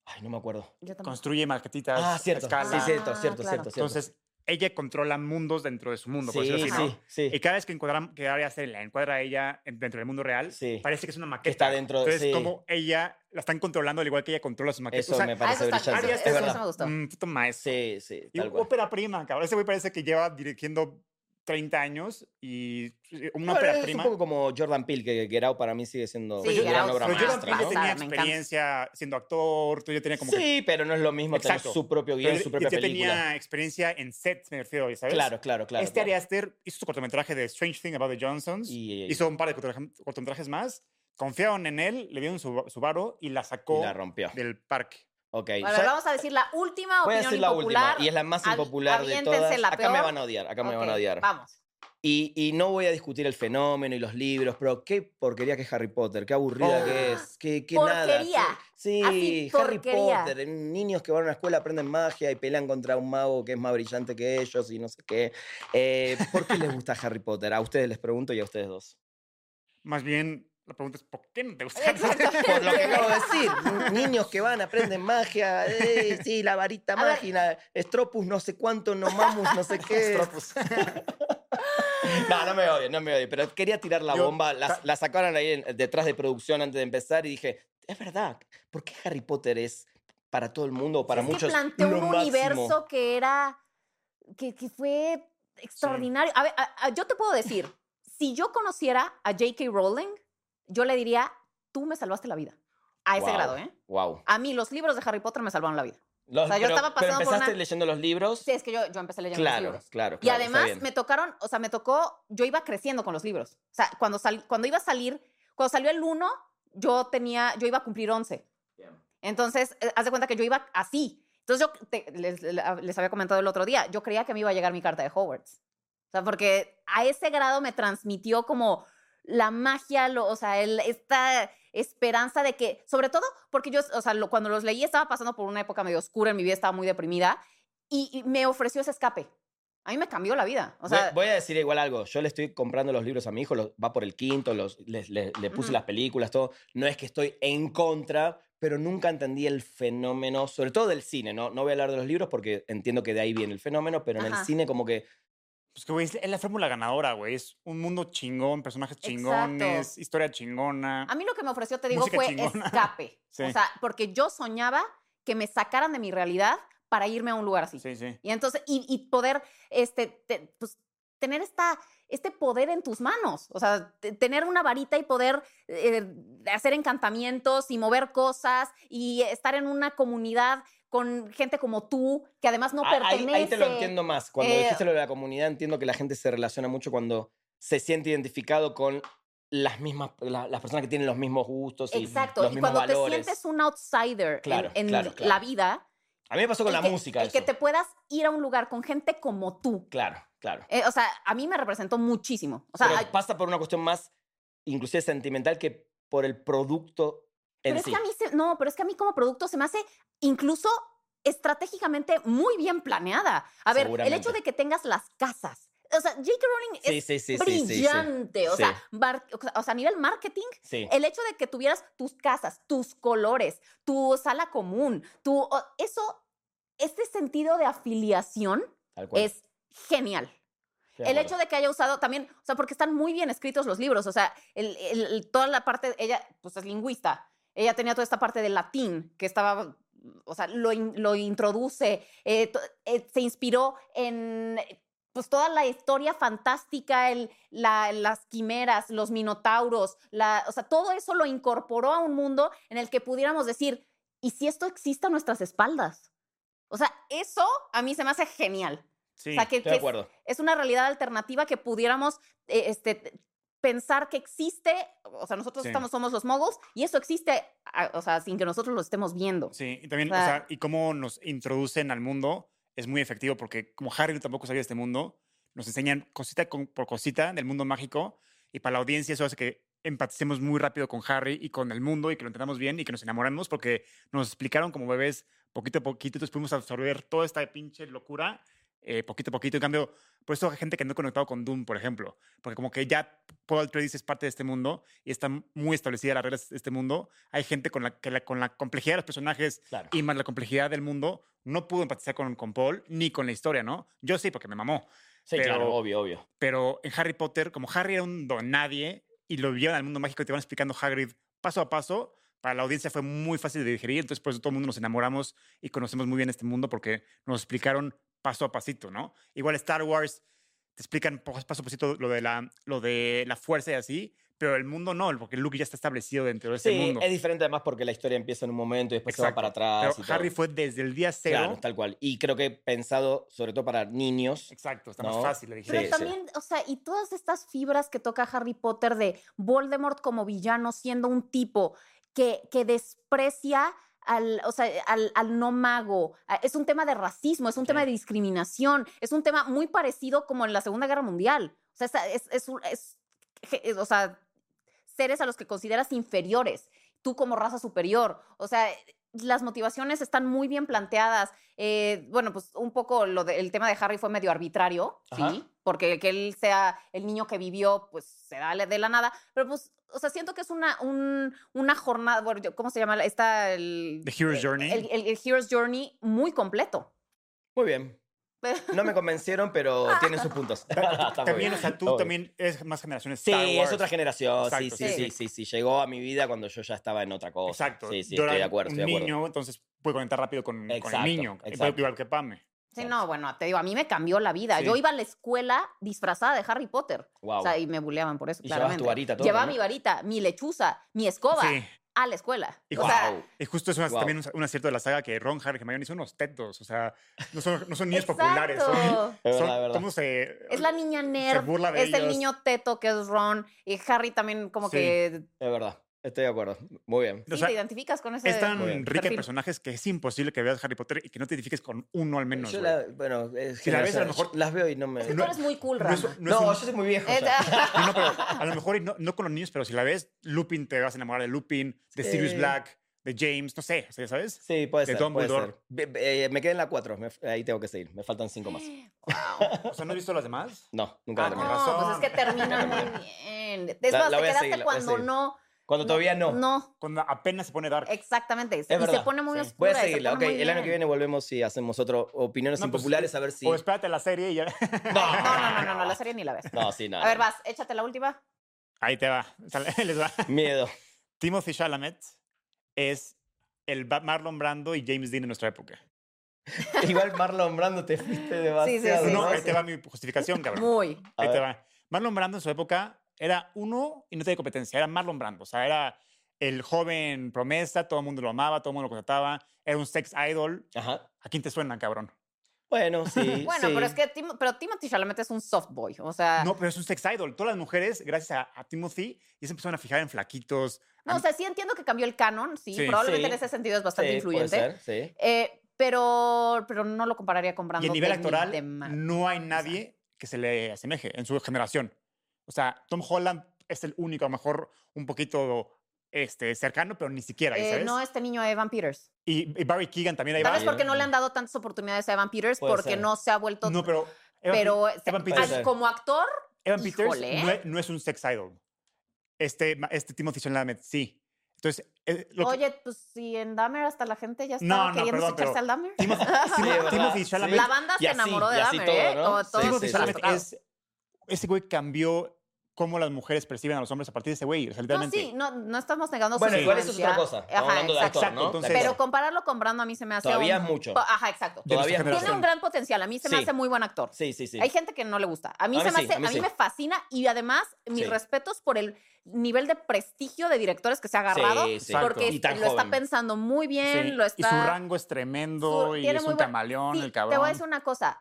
S3: Ay, no me acuerdo.
S1: Yo tampoco.
S2: Construye maquetitas.
S3: Ah, cierto.
S2: escala.
S3: Sí, cierto,
S1: Ah,
S3: cierto,
S1: claro.
S3: cierto, cierto.
S2: Entonces, ella controla mundos dentro de su mundo, por
S3: sí,
S2: decirlo así, ¿no?
S3: sí, sí.
S2: Y cada vez que, encuadra, que Ari Aster la encuadra a ella en- dentro del mundo real,
S3: Sí.
S2: parece que es una maqueta.
S3: está dentro-
S2: Entonces,
S3: sí.
S2: como ella la están controlando al igual que ella controla su maqueta.
S3: Eso me
S1: Ah, eso
S3: parece
S1: está,
S3: brillante.
S1: eso,
S2: Arias
S3: es
S1: eso
S3: verdad.
S1: sí me gustó.
S2: un puto maestro.
S3: Sí, sí,
S2: este Y
S3: tal cual.
S2: ópera prima, cabrón. Ese güey parece que lleva dirigiendo 30 años y una
S3: Bueno,
S2: ópera
S3: es
S2: prima.
S3: un poco como Jordan Peele, que Get Out para mí sigue siendo
S1: Sí,
S2: Pero yo-
S1: Get
S3: una
S1: Out
S3: obra
S2: pero
S1: es
S2: yo
S1: una
S3: maestra.
S2: también
S1: obra
S2: ya
S3: ¿no?
S1: maestra,
S2: tenía
S1: me encanta.
S2: experiencia siendo actor, tú ya tenía como que...
S3: Sí, pero no es lo mismo tener
S2: Exacto.
S3: su propio guión,
S2: pero
S3: su
S2: yo-
S3: propia
S2: ya
S3: película.
S2: tenía experiencia en sets, me refiero, ¿sabes?
S3: Claro, claro, claro.
S2: este Ari
S3: claro.
S2: Aster hizo su cortometraje de Strange Thing About the Johnsons.
S3: Y- y-
S2: hizo un par de cortometraje- cortometrajes más. Confiaron en él, le dieron su, su varo y la
S3: y
S2: sacó
S3: la rompió.
S2: del parque.
S3: Ok.
S1: Bueno,
S3: ya-
S1: vamos a decir la última
S3: voy a
S1: opinión
S3: decir la última.
S1: impopular.
S3: Y es la más
S1: Avi-
S3: impopular de
S1: aviéntense
S3: todas.
S1: la
S3: Acá me
S1: peor.
S3: van a odiar, acá me van a
S1: Ok,
S3: odiar.
S1: Vamos.
S3: Y, y no voy a discutir el fenómeno y los libros, pero qué porquería que es Harry Potter, qué aburrida
S2: Oh.
S3: que es, qué, qué
S1: Porquería.
S3: nada. Sí,
S1: Así,
S3: Harry
S1: porquería.
S3: Potter, niños que van a una escuela, aprenden magia y pelean contra un mago que es más brillante que ellos y no sé qué. Eh, ¿Por qué les gusta Harry Potter? A ustedes les pregunto y a ustedes dos.
S2: Más bien, la pregunta es, ¿por qué no te gusta?
S1: Exacto.
S3: Por lo que acabo de decir, n- niños que van, aprenden magia, eh, sí, la varita
S1: A ver.
S3: mágica, estropus no sé cuánto, nomamus no sé qué.
S2: Estropus.
S3: No, no me odien, no me odien, pero quería tirar la
S2: Yo-
S3: bomba, la,
S2: ta-
S3: la sacaron ahí en- detrás de producción antes de empezar y dije, es verdad, ¿por qué Harry Potter es para todo el mundo o para
S1: es
S3: muchos
S1: que planteó
S3: lo
S1: un
S3: máximo?
S1: universo que era. que, que fue extraordinario. A ver, a- a- yo te puedo decir, si yo conociera a J.K. Rowling, yo le diría, tú me salvaste la vida. A ese
S3: Guau.
S1: grado, ¿eh?
S3: Wow.
S1: A mí los libros de Harry Potter me salvaron la vida.
S3: Los-
S1: O sea, yo
S3: pero,
S1: estaba
S3: pero
S1: pasando por
S3: empezaste
S1: una-
S3: leyendo los libros.
S1: Sí, es que yo, yo empecé leyendo los
S3: claro,
S1: libros.
S3: claro, claro.
S1: Y
S3: está
S1: además
S3: bien.
S1: me tocaron, o sea, me tocó, yo iba creciendo con los libros. O sea, cuando, sal- cuando iba a salir, cuando salió el 1, yo tenía, yo iba a cumplir 11. Entonces, eh, haz de cuenta que yo iba así. Entonces, yo te- les, les había comentado el otro día, yo creía que me iba a llegar mi carta de Hogwarts. O sea, porque a ese grado me transmitió como la magia, lo- o sea, el- esta esperanza de que, sobre todo porque yo, o sea, lo- cuando los leí estaba pasando por una época medio oscura en mi vida, estaba muy deprimida y, y me ofreció ese escape. A mí me cambió la vida. O
S3: Voy-
S1: sea,
S3: voy, a decir igual algo. Yo le estoy comprando los libros a mi hijo, los- va por el quinto, los, les- les- le puse
S1: Ujú.
S3: las películas, todo. No es que estoy en contra, pero nunca entendí el fenómeno, sobre todo del cine, ¿no? No voy a hablar de los libros porque entiendo que de ahí viene el fenómeno, pero en el
S1: Ajá.
S3: cine como que...
S2: Pues que, güey, es es la fórmula ganadora, güey. Es un mundo chingón, personajes chingones,
S1: Exacto.
S2: historia chingona.
S1: A mí lo que me ofreció, te digo,
S2: Música
S1: fue
S2: chingona.
S1: escape.
S2: Sí.
S1: O sea, porque yo soñaba que me sacaran de mi realidad para irme a un lugar así.
S2: Sí, sí.
S1: Y entonces, y, y poder, este, te- pues, tener esta, este poder en tus manos. O sea, te- tener una varita y poder eh, hacer encantamientos y mover cosas y estar en una comunidad con gente como tú, que además no
S3: Ah, ahí,
S1: pertenece.
S3: ahí te lo entiendo más. Cuando
S1: Eh,
S3: dijiste lo de la comunidad, entiendo que la gente se relaciona mucho cuando se siente identificado con las mismas, la- las personas que tienen los mismos gustos y
S1: Exacto.
S3: los
S1: Y
S3: mismos
S1: cuando
S3: valores.
S1: te sientes un outsider en-
S3: Claro,
S1: en,
S3: claro, claro.
S1: la vida,
S3: A mí me pasó con
S1: el
S3: la
S1: que-
S3: música.
S1: el que
S3: eso.
S1: te puedas ir a un lugar con gente como tú.
S3: Claro, claro.
S1: Eh, o sea, a mí me representó muchísimo. O sea,
S3: Pero
S1: ay,
S3: pasa por una cuestión más inclusive sentimental, que por el producto en
S1: pero
S3: sí.
S1: es que a mí se- no, pero es que a mí como producto se me hace incluso estratégicamente muy bien planeada. A ver, el hecho
S3: Seguramente.
S1: de que tengas las casas. O sea, J.K. Rowling es
S3: sí, sí, sí, sí, sí, sí.
S1: brillante. O,
S3: Sí.
S1: sea, bar- o sea, a nivel marketing,
S3: Sí.
S1: el hecho de que tuvieras tus casas, tus colores, tu sala común, tu o- eso, este sentido de afiliación
S3: Tal cual.
S1: es genial.
S3: Estoy
S1: El
S3: acuerdo.
S1: hecho de que haya usado también, o sea, porque están muy bien escritos los libros, o sea, el- el- el- toda la parte, ella, pues es lingüista, ella tenía toda esta parte del latín que estaba, o sea, lo, in- lo introduce, eh, to- eh, se inspiró en, eh, pues toda la historia fantástica, el, la- las quimeras, los minotauros, la, o sea, todo eso lo incorporó a un mundo en el que pudiéramos decir, ¿y si esto existe a nuestras espaldas? O sea, eso a mí se me hace genial.
S2: Sí.
S1: o sea, que,
S3: Estoy
S1: que
S3: de
S1: es-
S3: acuerdo.
S1: es una realidad alternativa que pudiéramos eh, este, t- pensar que existe. O sea, nosotros
S2: Sí.
S1: estamos, somos los moguls y eso existe, a- o sea, sin que nosotros lo estemos viendo.
S2: Sí, y también,
S1: O
S2: o
S1: sea-
S2: sea, y cómo nos introducen al mundo es muy efectivo porque como Harry tampoco sabía de este mundo, nos enseñan cosita con- por cosita del mundo mágico y para la audiencia eso hace que empaticemos muy rápido con Harry y con el mundo y que lo entendamos bien y que nos enamoremos porque nos explicaron como bebés poquito a poquito, entonces pudimos absorber toda esta pinche locura eh, poquito a poquito. En cambio, por eso hay gente que no ha conectado con Doom, por ejemplo, porque como que ya Paul Atreides es parte de este mundo y están muy establecidas las reglas de este mundo. Hay gente con la, que la- con la complejidad de los personajes
S3: Claro.
S2: y más la complejidad del mundo, no pudo empatizar con, con Paul ni con la historia, ¿no? Yo sí, porque me mamó.
S3: Sí,
S2: pero-
S3: claro, obvio, obvio.
S2: Pero en Harry Potter, como Harry era un don nadie y lo vieron al mundo mágico y te van explicando Hagrid paso a paso, para la audiencia fue muy fácil de digerir. Entonces, por eso todo el mundo nos enamoramos y conocemos muy bien este mundo porque nos explicaron paso a pasito, ¿no? Igual Star Wars te explican po- paso a pasito lo de la, lo de la fuerza y así, pero el mundo no, porque Luke ya está establecido dentro de ese
S3: Sí,
S2: mundo.
S3: es diferente además porque la historia empieza en un momento y después se va
S2: Exacto.
S3: para atrás.
S2: Pero
S3: y todo.
S2: Harry fue desde el día cero.
S3: Claro, tal cual. Y creo que he pensado sobre todo para niños.
S2: Exacto, está
S3: No,
S2: más fácil de
S1: Pero
S2: digerir.
S3: sí.
S1: también, o sea, y todas estas fibras que toca Harry Potter de Voldemort como villano, siendo un tipo que, que desprecia al, o sea, al, al no mago. A- Es un tema de racismo, es un tema de discriminación, es un tema muy parecido como en la Segunda Guerra Mundial. O sea, esa- es, es un- es- je- es- o sea, seres a los que consideras inferiores, tú como raza superior. O sea, las motivaciones están muy bien planteadas. Eh, bueno, pues un poco lo de- el tema de Harry fue medio arbitrario,
S3: Ajá.
S1: sí, porque que él sea el niño que vivió, pues se da de la nada. Pero pues, o sea, siento que es una, un- una jornada, bueno, yo- ¿cómo se llama? Está el...
S2: The Hero's
S1: eh,
S2: Journey.
S1: El, el- el Hero's Journey muy completo.
S3: Muy bien. No me convencieron, pero tienen sus puntos. Está muy
S2: También,
S3: bien.
S2: o sea, tú
S3: Está muy bien.
S2: también eres más generación
S3: Sí,
S2: Star Wars.
S3: es otra generación. sí,
S2: Exacto,
S3: sí,
S1: sí,
S3: sí, sí, sí, Llegó a mi vida cuando yo ya estaba en otra cosa.
S2: Exacto.
S3: Sí, sí,
S2: Yo
S3: estoy
S2: era
S3: de acuerdo,
S2: Un
S3: estoy de acuerdo.
S2: niño, entonces puede conectar rápido con, con
S3: Exacto,
S2: el niño.
S3: exacto.
S2: Igual que Pame.
S1: Sí,
S3: Exacto.
S1: no, bueno, te digo, a mí me cambió la vida.
S2: Sí.
S1: Yo iba a la escuela disfrazada de Harry Potter.
S3: Wow.
S1: O sea, y me buleaban por eso,
S3: Y llevabas
S1: claramente.
S3: tu varita, todo,
S1: Llevaba
S3: ¿no?
S1: mi varita, mi lechuza, mi escoba
S2: Sí.
S1: a la escuela.
S2: Y
S1: o sea,
S3: Wow.
S2: Y justo es una-
S3: Wow.
S2: también un, un acierto de la saga que Ron, Harry, Hermione son unos tetos. O sea, no son, no son niños
S1: exacto.
S2: populares. Son,
S3: Es
S2: son-
S3: verdad, es verdad.
S2: ¿Cómo se...?
S1: Es la niña nerd,
S2: burla de
S1: es el
S2: ellos.
S1: niño teto que es Ron, y Harry también como
S2: Sí.
S1: que
S3: Es verdad. Estoy de acuerdo. Muy bien.
S1: sí,
S2: O sea,
S1: te identificas con ese.
S2: es tan
S3: Muy bien.
S2: rica
S1: perfil.
S2: en personajes que es imposible que veas Harry Potter y que no te edifiques con uno al menos.
S3: Yo
S2: güey.
S3: la- bueno, es
S2: Si la ves, a lo
S3: generación-
S2: mejor-
S3: las veo y no me.
S1: Es que tú
S2: no-
S1: eres muy cool,
S2: no
S1: Rama.
S2: es- no
S3: No,
S2: es un-
S3: yo soy muy viejo.
S1: Eh,
S3: ya.
S2: No, no, pero a lo mejor y no, no con los niños, pero si la ves, Lupin te vas a enamorar de Lupin, de Sirius
S3: Sí.
S2: Black, de James, no sé, o sea, ¿sabes?
S3: Sí, puede
S2: de
S3: ser. puede
S2: Dumbledore.
S3: ser. Be- be- eh, me quedé en la 4. ahí tengo que seguir. Me faltan 5 más.
S2: O sea, ¿no has visto las demás?
S3: No, nunca la
S2: Ah,
S3: terminé.
S2: con
S1: no, pues es
S2: razón.
S1: que termina muy bien. Es
S3: La-
S1: más,
S3: la
S1: te
S3: voy a
S1: quedaste
S3: seguir, la voy a
S1: cuando
S3: seguir.
S1: no.
S3: Cuando todavía no.
S1: No,
S2: Cuando apenas se pone Dark.
S1: exactamente. y se
S3: verdad,
S1: pone muy
S2: sí.
S1: oscura.
S3: Voy a
S1: y se
S3: seguirla. Ok,
S1: pone muy
S3: el año que
S1: bien.
S3: viene volvemos y hacemos otro. Opiniones
S2: No, pues,
S3: impopulares, a ver si.
S2: O espérate la serie y ya.
S1: No, no, no, no, no, la serie ni la ves.
S3: No, sí, nada.
S1: A ver, vas, échate la última.
S2: Ahí te va. Sale- les va.
S3: Miedo.
S2: Timothy Chalamet es el Ba- Marlon Brando y James Dean en nuestra época.
S3: Igual Marlon Brando te fuiste
S1: Sí, sí,
S3: demasiado.
S1: sí.
S2: no,
S1: no,
S2: ahí te va mi justificación, cabrón.
S1: Muy.
S3: A
S2: Ahí te
S3: ver.
S2: va. Marlon Brando en su época era uno y no tenía competencia, era Marlon Brando. O sea, era el joven promesa, todo el mundo lo amaba, todo el mundo lo contrataba, era un sex idol.
S3: Ajá.
S2: ¿A quién te suena, cabrón?
S3: Bueno, sí.
S1: Bueno,
S3: sí.
S1: pero es que Tim- pero Timothy Chalamet es un soft boy. O sea,
S2: No, pero es un sex idol. Todas las mujeres, gracias a, a Timothy, ya se empezaron a fijar en flaquitos.
S1: no, o sea, sí entiendo que cambió el canon, sí,
S2: Sí.
S1: probablemente
S3: Sí.
S1: en ese sentido es
S3: Sí,
S1: bastante
S3: puede
S1: influyente.
S3: ser, sí.
S1: Eh, pero, pero no lo compararía con Brando.
S2: y a nivel
S1: de ni
S2: actoral,
S1: de ma-
S2: no hay nadie que se le asemeje en su generación. O sea, Tom Holland es el único, a lo mejor un poquito este, cercano, pero ni siquiera, ahí,
S1: Eh,
S2: ¿sabes?
S1: no, este niño Evan Peters.
S2: y, y Barry Keegan también ahí
S1: Tal
S2: va.
S1: vez porque no le han dado tantas oportunidades a Evan Peters
S3: Puede
S1: porque
S3: ser.
S1: no se ha vuelto.
S2: No, pero Evan,
S1: pero se-
S2: Evan Peters-
S1: ay, como actor,
S2: Evan Peters
S1: híjole. ¿eh?
S2: no, es, no es un sex idol. Este, ma- este Timothy Chalamet sí. Entonces, eh, lo que-
S1: oye, pues si en Dahmer hasta la gente ya
S2: No,
S1: estaba
S2: no,
S1: queriendo
S2: perdón,
S1: echarse
S2: pero-
S1: al Dahmer.
S3: Sí, es verdad.
S2: Timothy Chalamet-
S1: La banda
S3: Y
S1: se
S3: así,
S1: enamoró de
S3: y así
S1: Dahmer,
S3: todo,
S1: ¿eh?
S3: ¿no?
S1: Todo-
S3: Sí,
S1: todos
S2: Timothy
S1: sus
S2: Chalamet
S1: trastornados.
S2: es ese güey cambió cómo las mujeres perciben a los hombres a partir de ese güey, o sea,
S1: No,
S2: literalmente.
S1: sí, no, no estamos negando
S3: Bueno,
S1: su
S3: igual eso es otra cosa.
S1: influencia.
S3: Estamos hablando de
S1: exacto.
S3: actor,
S2: Exacto,
S3: ¿no?
S2: entonces-
S3: De actor.
S1: Pero compararlo con Brando a mí se me hace
S3: Todavía
S1: un-
S3: es mucho.
S1: Ajá, exacto.
S2: De nuestra
S3: Todavía es mucho.
S1: Tiene un
S2: generación.
S1: gran potencial. A mí se me
S3: Sí.
S1: hace muy buen actor.
S3: Sí, sí, sí.
S1: Hay gente que no le gusta. A mí,
S3: A
S1: se
S3: mí
S1: me
S3: sí,
S1: hace,
S3: a
S1: a
S3: mí
S1: mí,
S3: sí.
S1: me fascina y además mis
S3: Sí.
S1: respetos por el nivel de prestigio de directores que se ha agarrado.
S3: Sí, sí.
S2: Exacto.
S1: Porque
S3: Y tan
S1: lo está
S3: joven.
S1: pensando muy bien,
S2: Sí,
S1: lo está...
S2: Y su rango es tremendo
S1: su-
S2: y
S1: tiene
S2: es
S1: muy
S2: un
S1: buen-
S2: camaleón,
S1: Sí,
S2: el cabrón.
S1: Te voy a decir una cosa.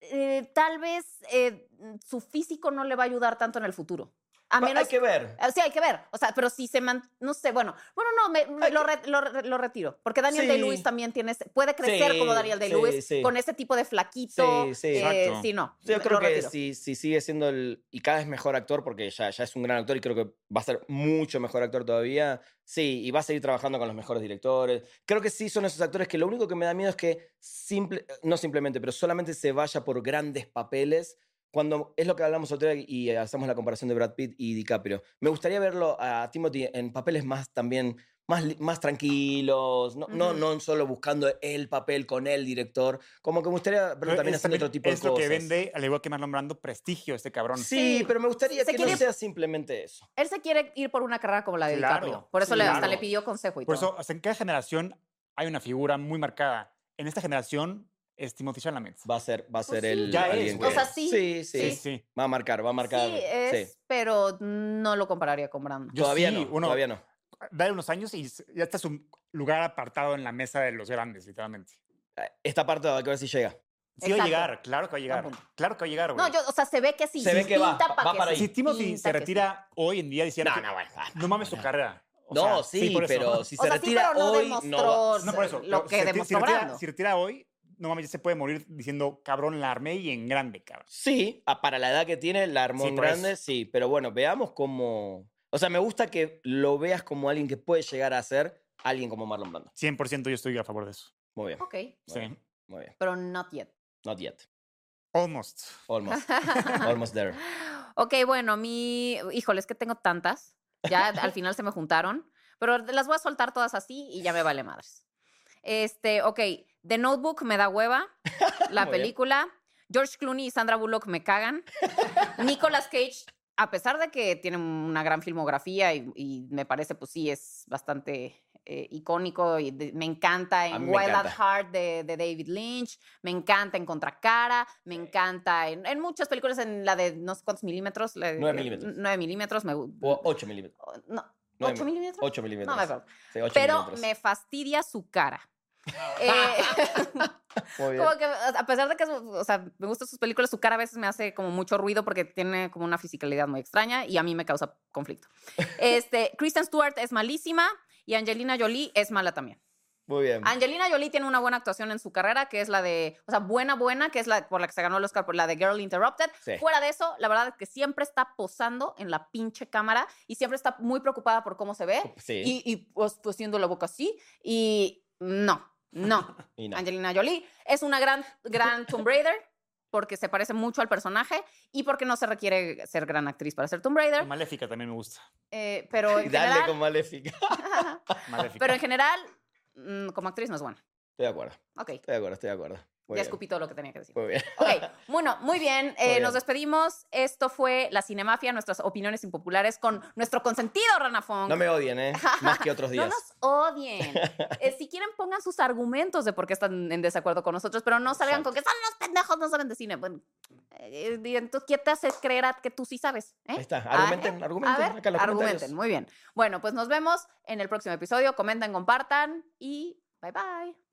S1: Eh, tal vez eh, su físico no le va a ayudar tanto en el futuro. A
S3: Pa-
S1: menos
S3: Hay que ver.
S1: o sea, Ah, hay que ver. O sea, pero si se man... No sé, bueno. Bueno, no, me, me-
S3: Hay
S1: lo, re- lo re- lo retiro. Porque Daniel
S3: Sí.
S1: Day-Lewis también tiene... ese- Puede crecer
S3: Sí,
S1: como Daniel Day-Lewis
S3: sí, sí.
S1: con ese tipo de flaquito.
S3: Sí,
S1: Sí,
S3: sí.
S1: sí.
S2: Exacto.
S1: sí, no.
S3: Yo
S1: lo
S3: creo que
S1: retiro.
S3: si, si sigue siendo el. Y cada vez mejor actor, porque ya, ya es un gran actor y creo que va a ser mucho mejor actor todavía. Sí, y va a seguir trabajando con los mejores directores. Creo que sí son esos actores que lo único que me da miedo es que. Simple, no simplemente, pero solamente se vaya por grandes papeles. Cuando es lo que hablamos otra vez y hacemos la comparación de Brad Pitt y DiCaprio. Me gustaría verlo a Timothy en papeles más también. Más, li- más tranquilos, no, no,
S1: Ujú.
S3: no solo buscando el papel con el director. Como que me gustaría verlo
S2: Pero
S3: también
S2: es
S3: haciendo
S2: también-
S3: otro tipo de
S2: Es lo
S3: cosas.
S2: que vende, al igual que Marlon Brando, prestigio este cabrón.
S3: Sí,
S1: Sí,
S3: pero me gustaría
S1: se
S3: que no
S1: quiere-
S3: sea simplemente eso.
S1: Él se quiere ir por una carrera como la de
S2: Claro,
S1: DiCaprio. Por eso le, hasta
S2: claro.
S1: le pidió consejo y
S2: Por
S1: todo.
S2: eso, o sea, en cada generación hay una figura muy marcada. En esta generación es Timothy Chalamet.
S3: Va a ser, va a ser
S1: Pues sí.
S3: el
S2: Ya
S3: alguien
S2: es,
S3: que-
S1: o sea, sí,
S3: sí, sí,
S2: Sí, sí.
S3: Va a marcar, va a marcar.
S1: sí, es, pero no lo compararía con Brando.
S2: Yo
S3: todavía
S2: sí,
S3: no,
S2: uno-
S3: todavía no.
S2: Dale unos años y s- ya está su lugar apartado en la mesa de los grandes, literalmente.
S3: Eh, Esta parte va a ver si llega.
S2: Sí va a
S1: Exacto.
S2: llegar, claro que va a llegar.
S1: Buen punto.
S2: Claro que va a llegar, güey.
S1: No, yo, o sea, se ve que sí.
S3: Se ve que va,
S1: pinta pa'
S3: va
S1: que
S3: para
S1: sí,
S2: Si Timothy
S1: pinta
S2: se
S1: que sí.
S2: retira hoy en día diciendo que
S3: bueno. va,
S2: no mames su
S3: no.
S2: carrera. O
S3: No,
S2: sea,
S3: sí,
S2: por eso.
S3: pero si
S1: O
S3: se
S1: sea, sí,
S3: retira
S1: pero no
S3: hoy,
S1: demostró
S3: no va.
S2: No, por eso.
S1: lo
S2: pero
S1: que
S2: si, reti- si
S1: demostró
S2: retira,
S1: Brando.
S2: si retira hoy, no mames, ya se puede morir diciendo cabrón, la armé y en grande, cabrón.
S3: Sí, ah, para la edad que tiene, la armó
S2: Sí,
S3: en
S2: por eso.
S3: grande, sí. Pero bueno, veamos cómo... O sea, me gusta que lo veas como alguien que puede llegar a ser alguien como Marlon Brando.
S2: 100% yo estoy a favor de eso.
S3: Muy bien,
S1: Ok,
S2: Sí.
S3: Bueno. muy bien.
S1: pero not yet.
S3: Not yet.
S2: Almost.
S3: Almost. Almost there.
S1: Ok, bueno, mi. Híjole, es que tengo tantas. Ya al final se me juntaron. Pero las voy a soltar todas así y ya me vale madres. Este, ok. The Notebook me da hueva. La
S3: Muy bien.
S1: película. George Clooney y Sandra Bullock me cagan. Nicolas Cage, a pesar de que tiene una gran filmografía y, y me parece, pues sí, es bastante eh, icónico y de- me encanta
S3: mí
S1: en
S3: me
S1: Wild at
S3: encanta.
S1: Heart de, de David Lynch, me encanta en Contracara, me encanta en, en muchas películas, en la de no sé cuántos milímetros. la de-
S3: Nueve milímetros.
S1: Nueve milímetros, me... gu-
S3: O 8 milímetros.
S1: No,
S3: Nueve
S1: ¿Ocho
S3: mi-
S1: milímetros?
S3: 8
S1: No
S3: milímetros.
S1: me acuerdo.
S3: Sí, ocho
S1: Pero
S3: milímetros.
S1: me fastidia su cara. Eh,
S3: Muy bien.
S1: Como que, a pesar de que, o sea, me gustan sus películas, su cara a veces me hace como mucho ruido porque tiene como una fisicalidad muy extraña y a mí me causa conflicto. Este, Kristen Stewart es malísima y Angelina Jolie es mala también.
S3: Muy bien.
S1: Angelina Jolie tiene una buena actuación en su carrera, que es la de, o sea, buena, buena, que es la por la que se ganó el Oscar, por la de Girl Interrupted.
S3: Sí.
S1: Fuera de eso, la verdad es que siempre está posando en la pinche cámara y siempre está muy preocupada por cómo se ve
S3: Sí.
S1: y, y pues, pues, haciendo la boca así y no, no.
S3: Y, no.
S1: Angelina Jolie. Es una gran, gran Tomb Raider porque se parece mucho al personaje y porque no se requiere ser gran actriz para ser Tomb
S2: Y
S1: Raider.
S2: Maléfica también me gusta.
S1: eh, pero, en
S3: Y dale
S1: general,
S3: con Maléfica.
S2: Maléfica.
S1: pero en general, mm, como actriz no es buena.
S3: Estoy de acuerdo,
S1: Ok,
S3: estoy de acuerdo, estoy de acuerdo. Muy
S1: ya
S3: bien.
S1: escupí todo lo que tenía que decir.
S3: Muy bien.
S1: Ok, bueno, muy bien. eh,
S3: bien.
S1: Nos despedimos. Esto fue La Cinemafia, nuestras opiniones impopulares con nuestro consentido Rana Fong.
S3: No me odien, ¿eh? Más que otros
S1: No
S3: días.
S1: nos odien. Eh, si quieren, pongan sus argumentos de por qué están en desacuerdo con nosotros, pero no salgan con que son los pendejos, no saben de cine. Bueno, eh, eh, entonces, ¿qué te hace creer a que tú sí sabes? eh?
S3: Ahí está.
S1: Ah,
S3: Argumenten,
S1: ¿eh?
S3: argumenten.
S1: A ver,
S3: acá en los
S1: argumenten.
S3: comentarios.
S1: Muy bien. Bueno, pues nos vemos en el próximo episodio. Comenten, compartan y bye bye.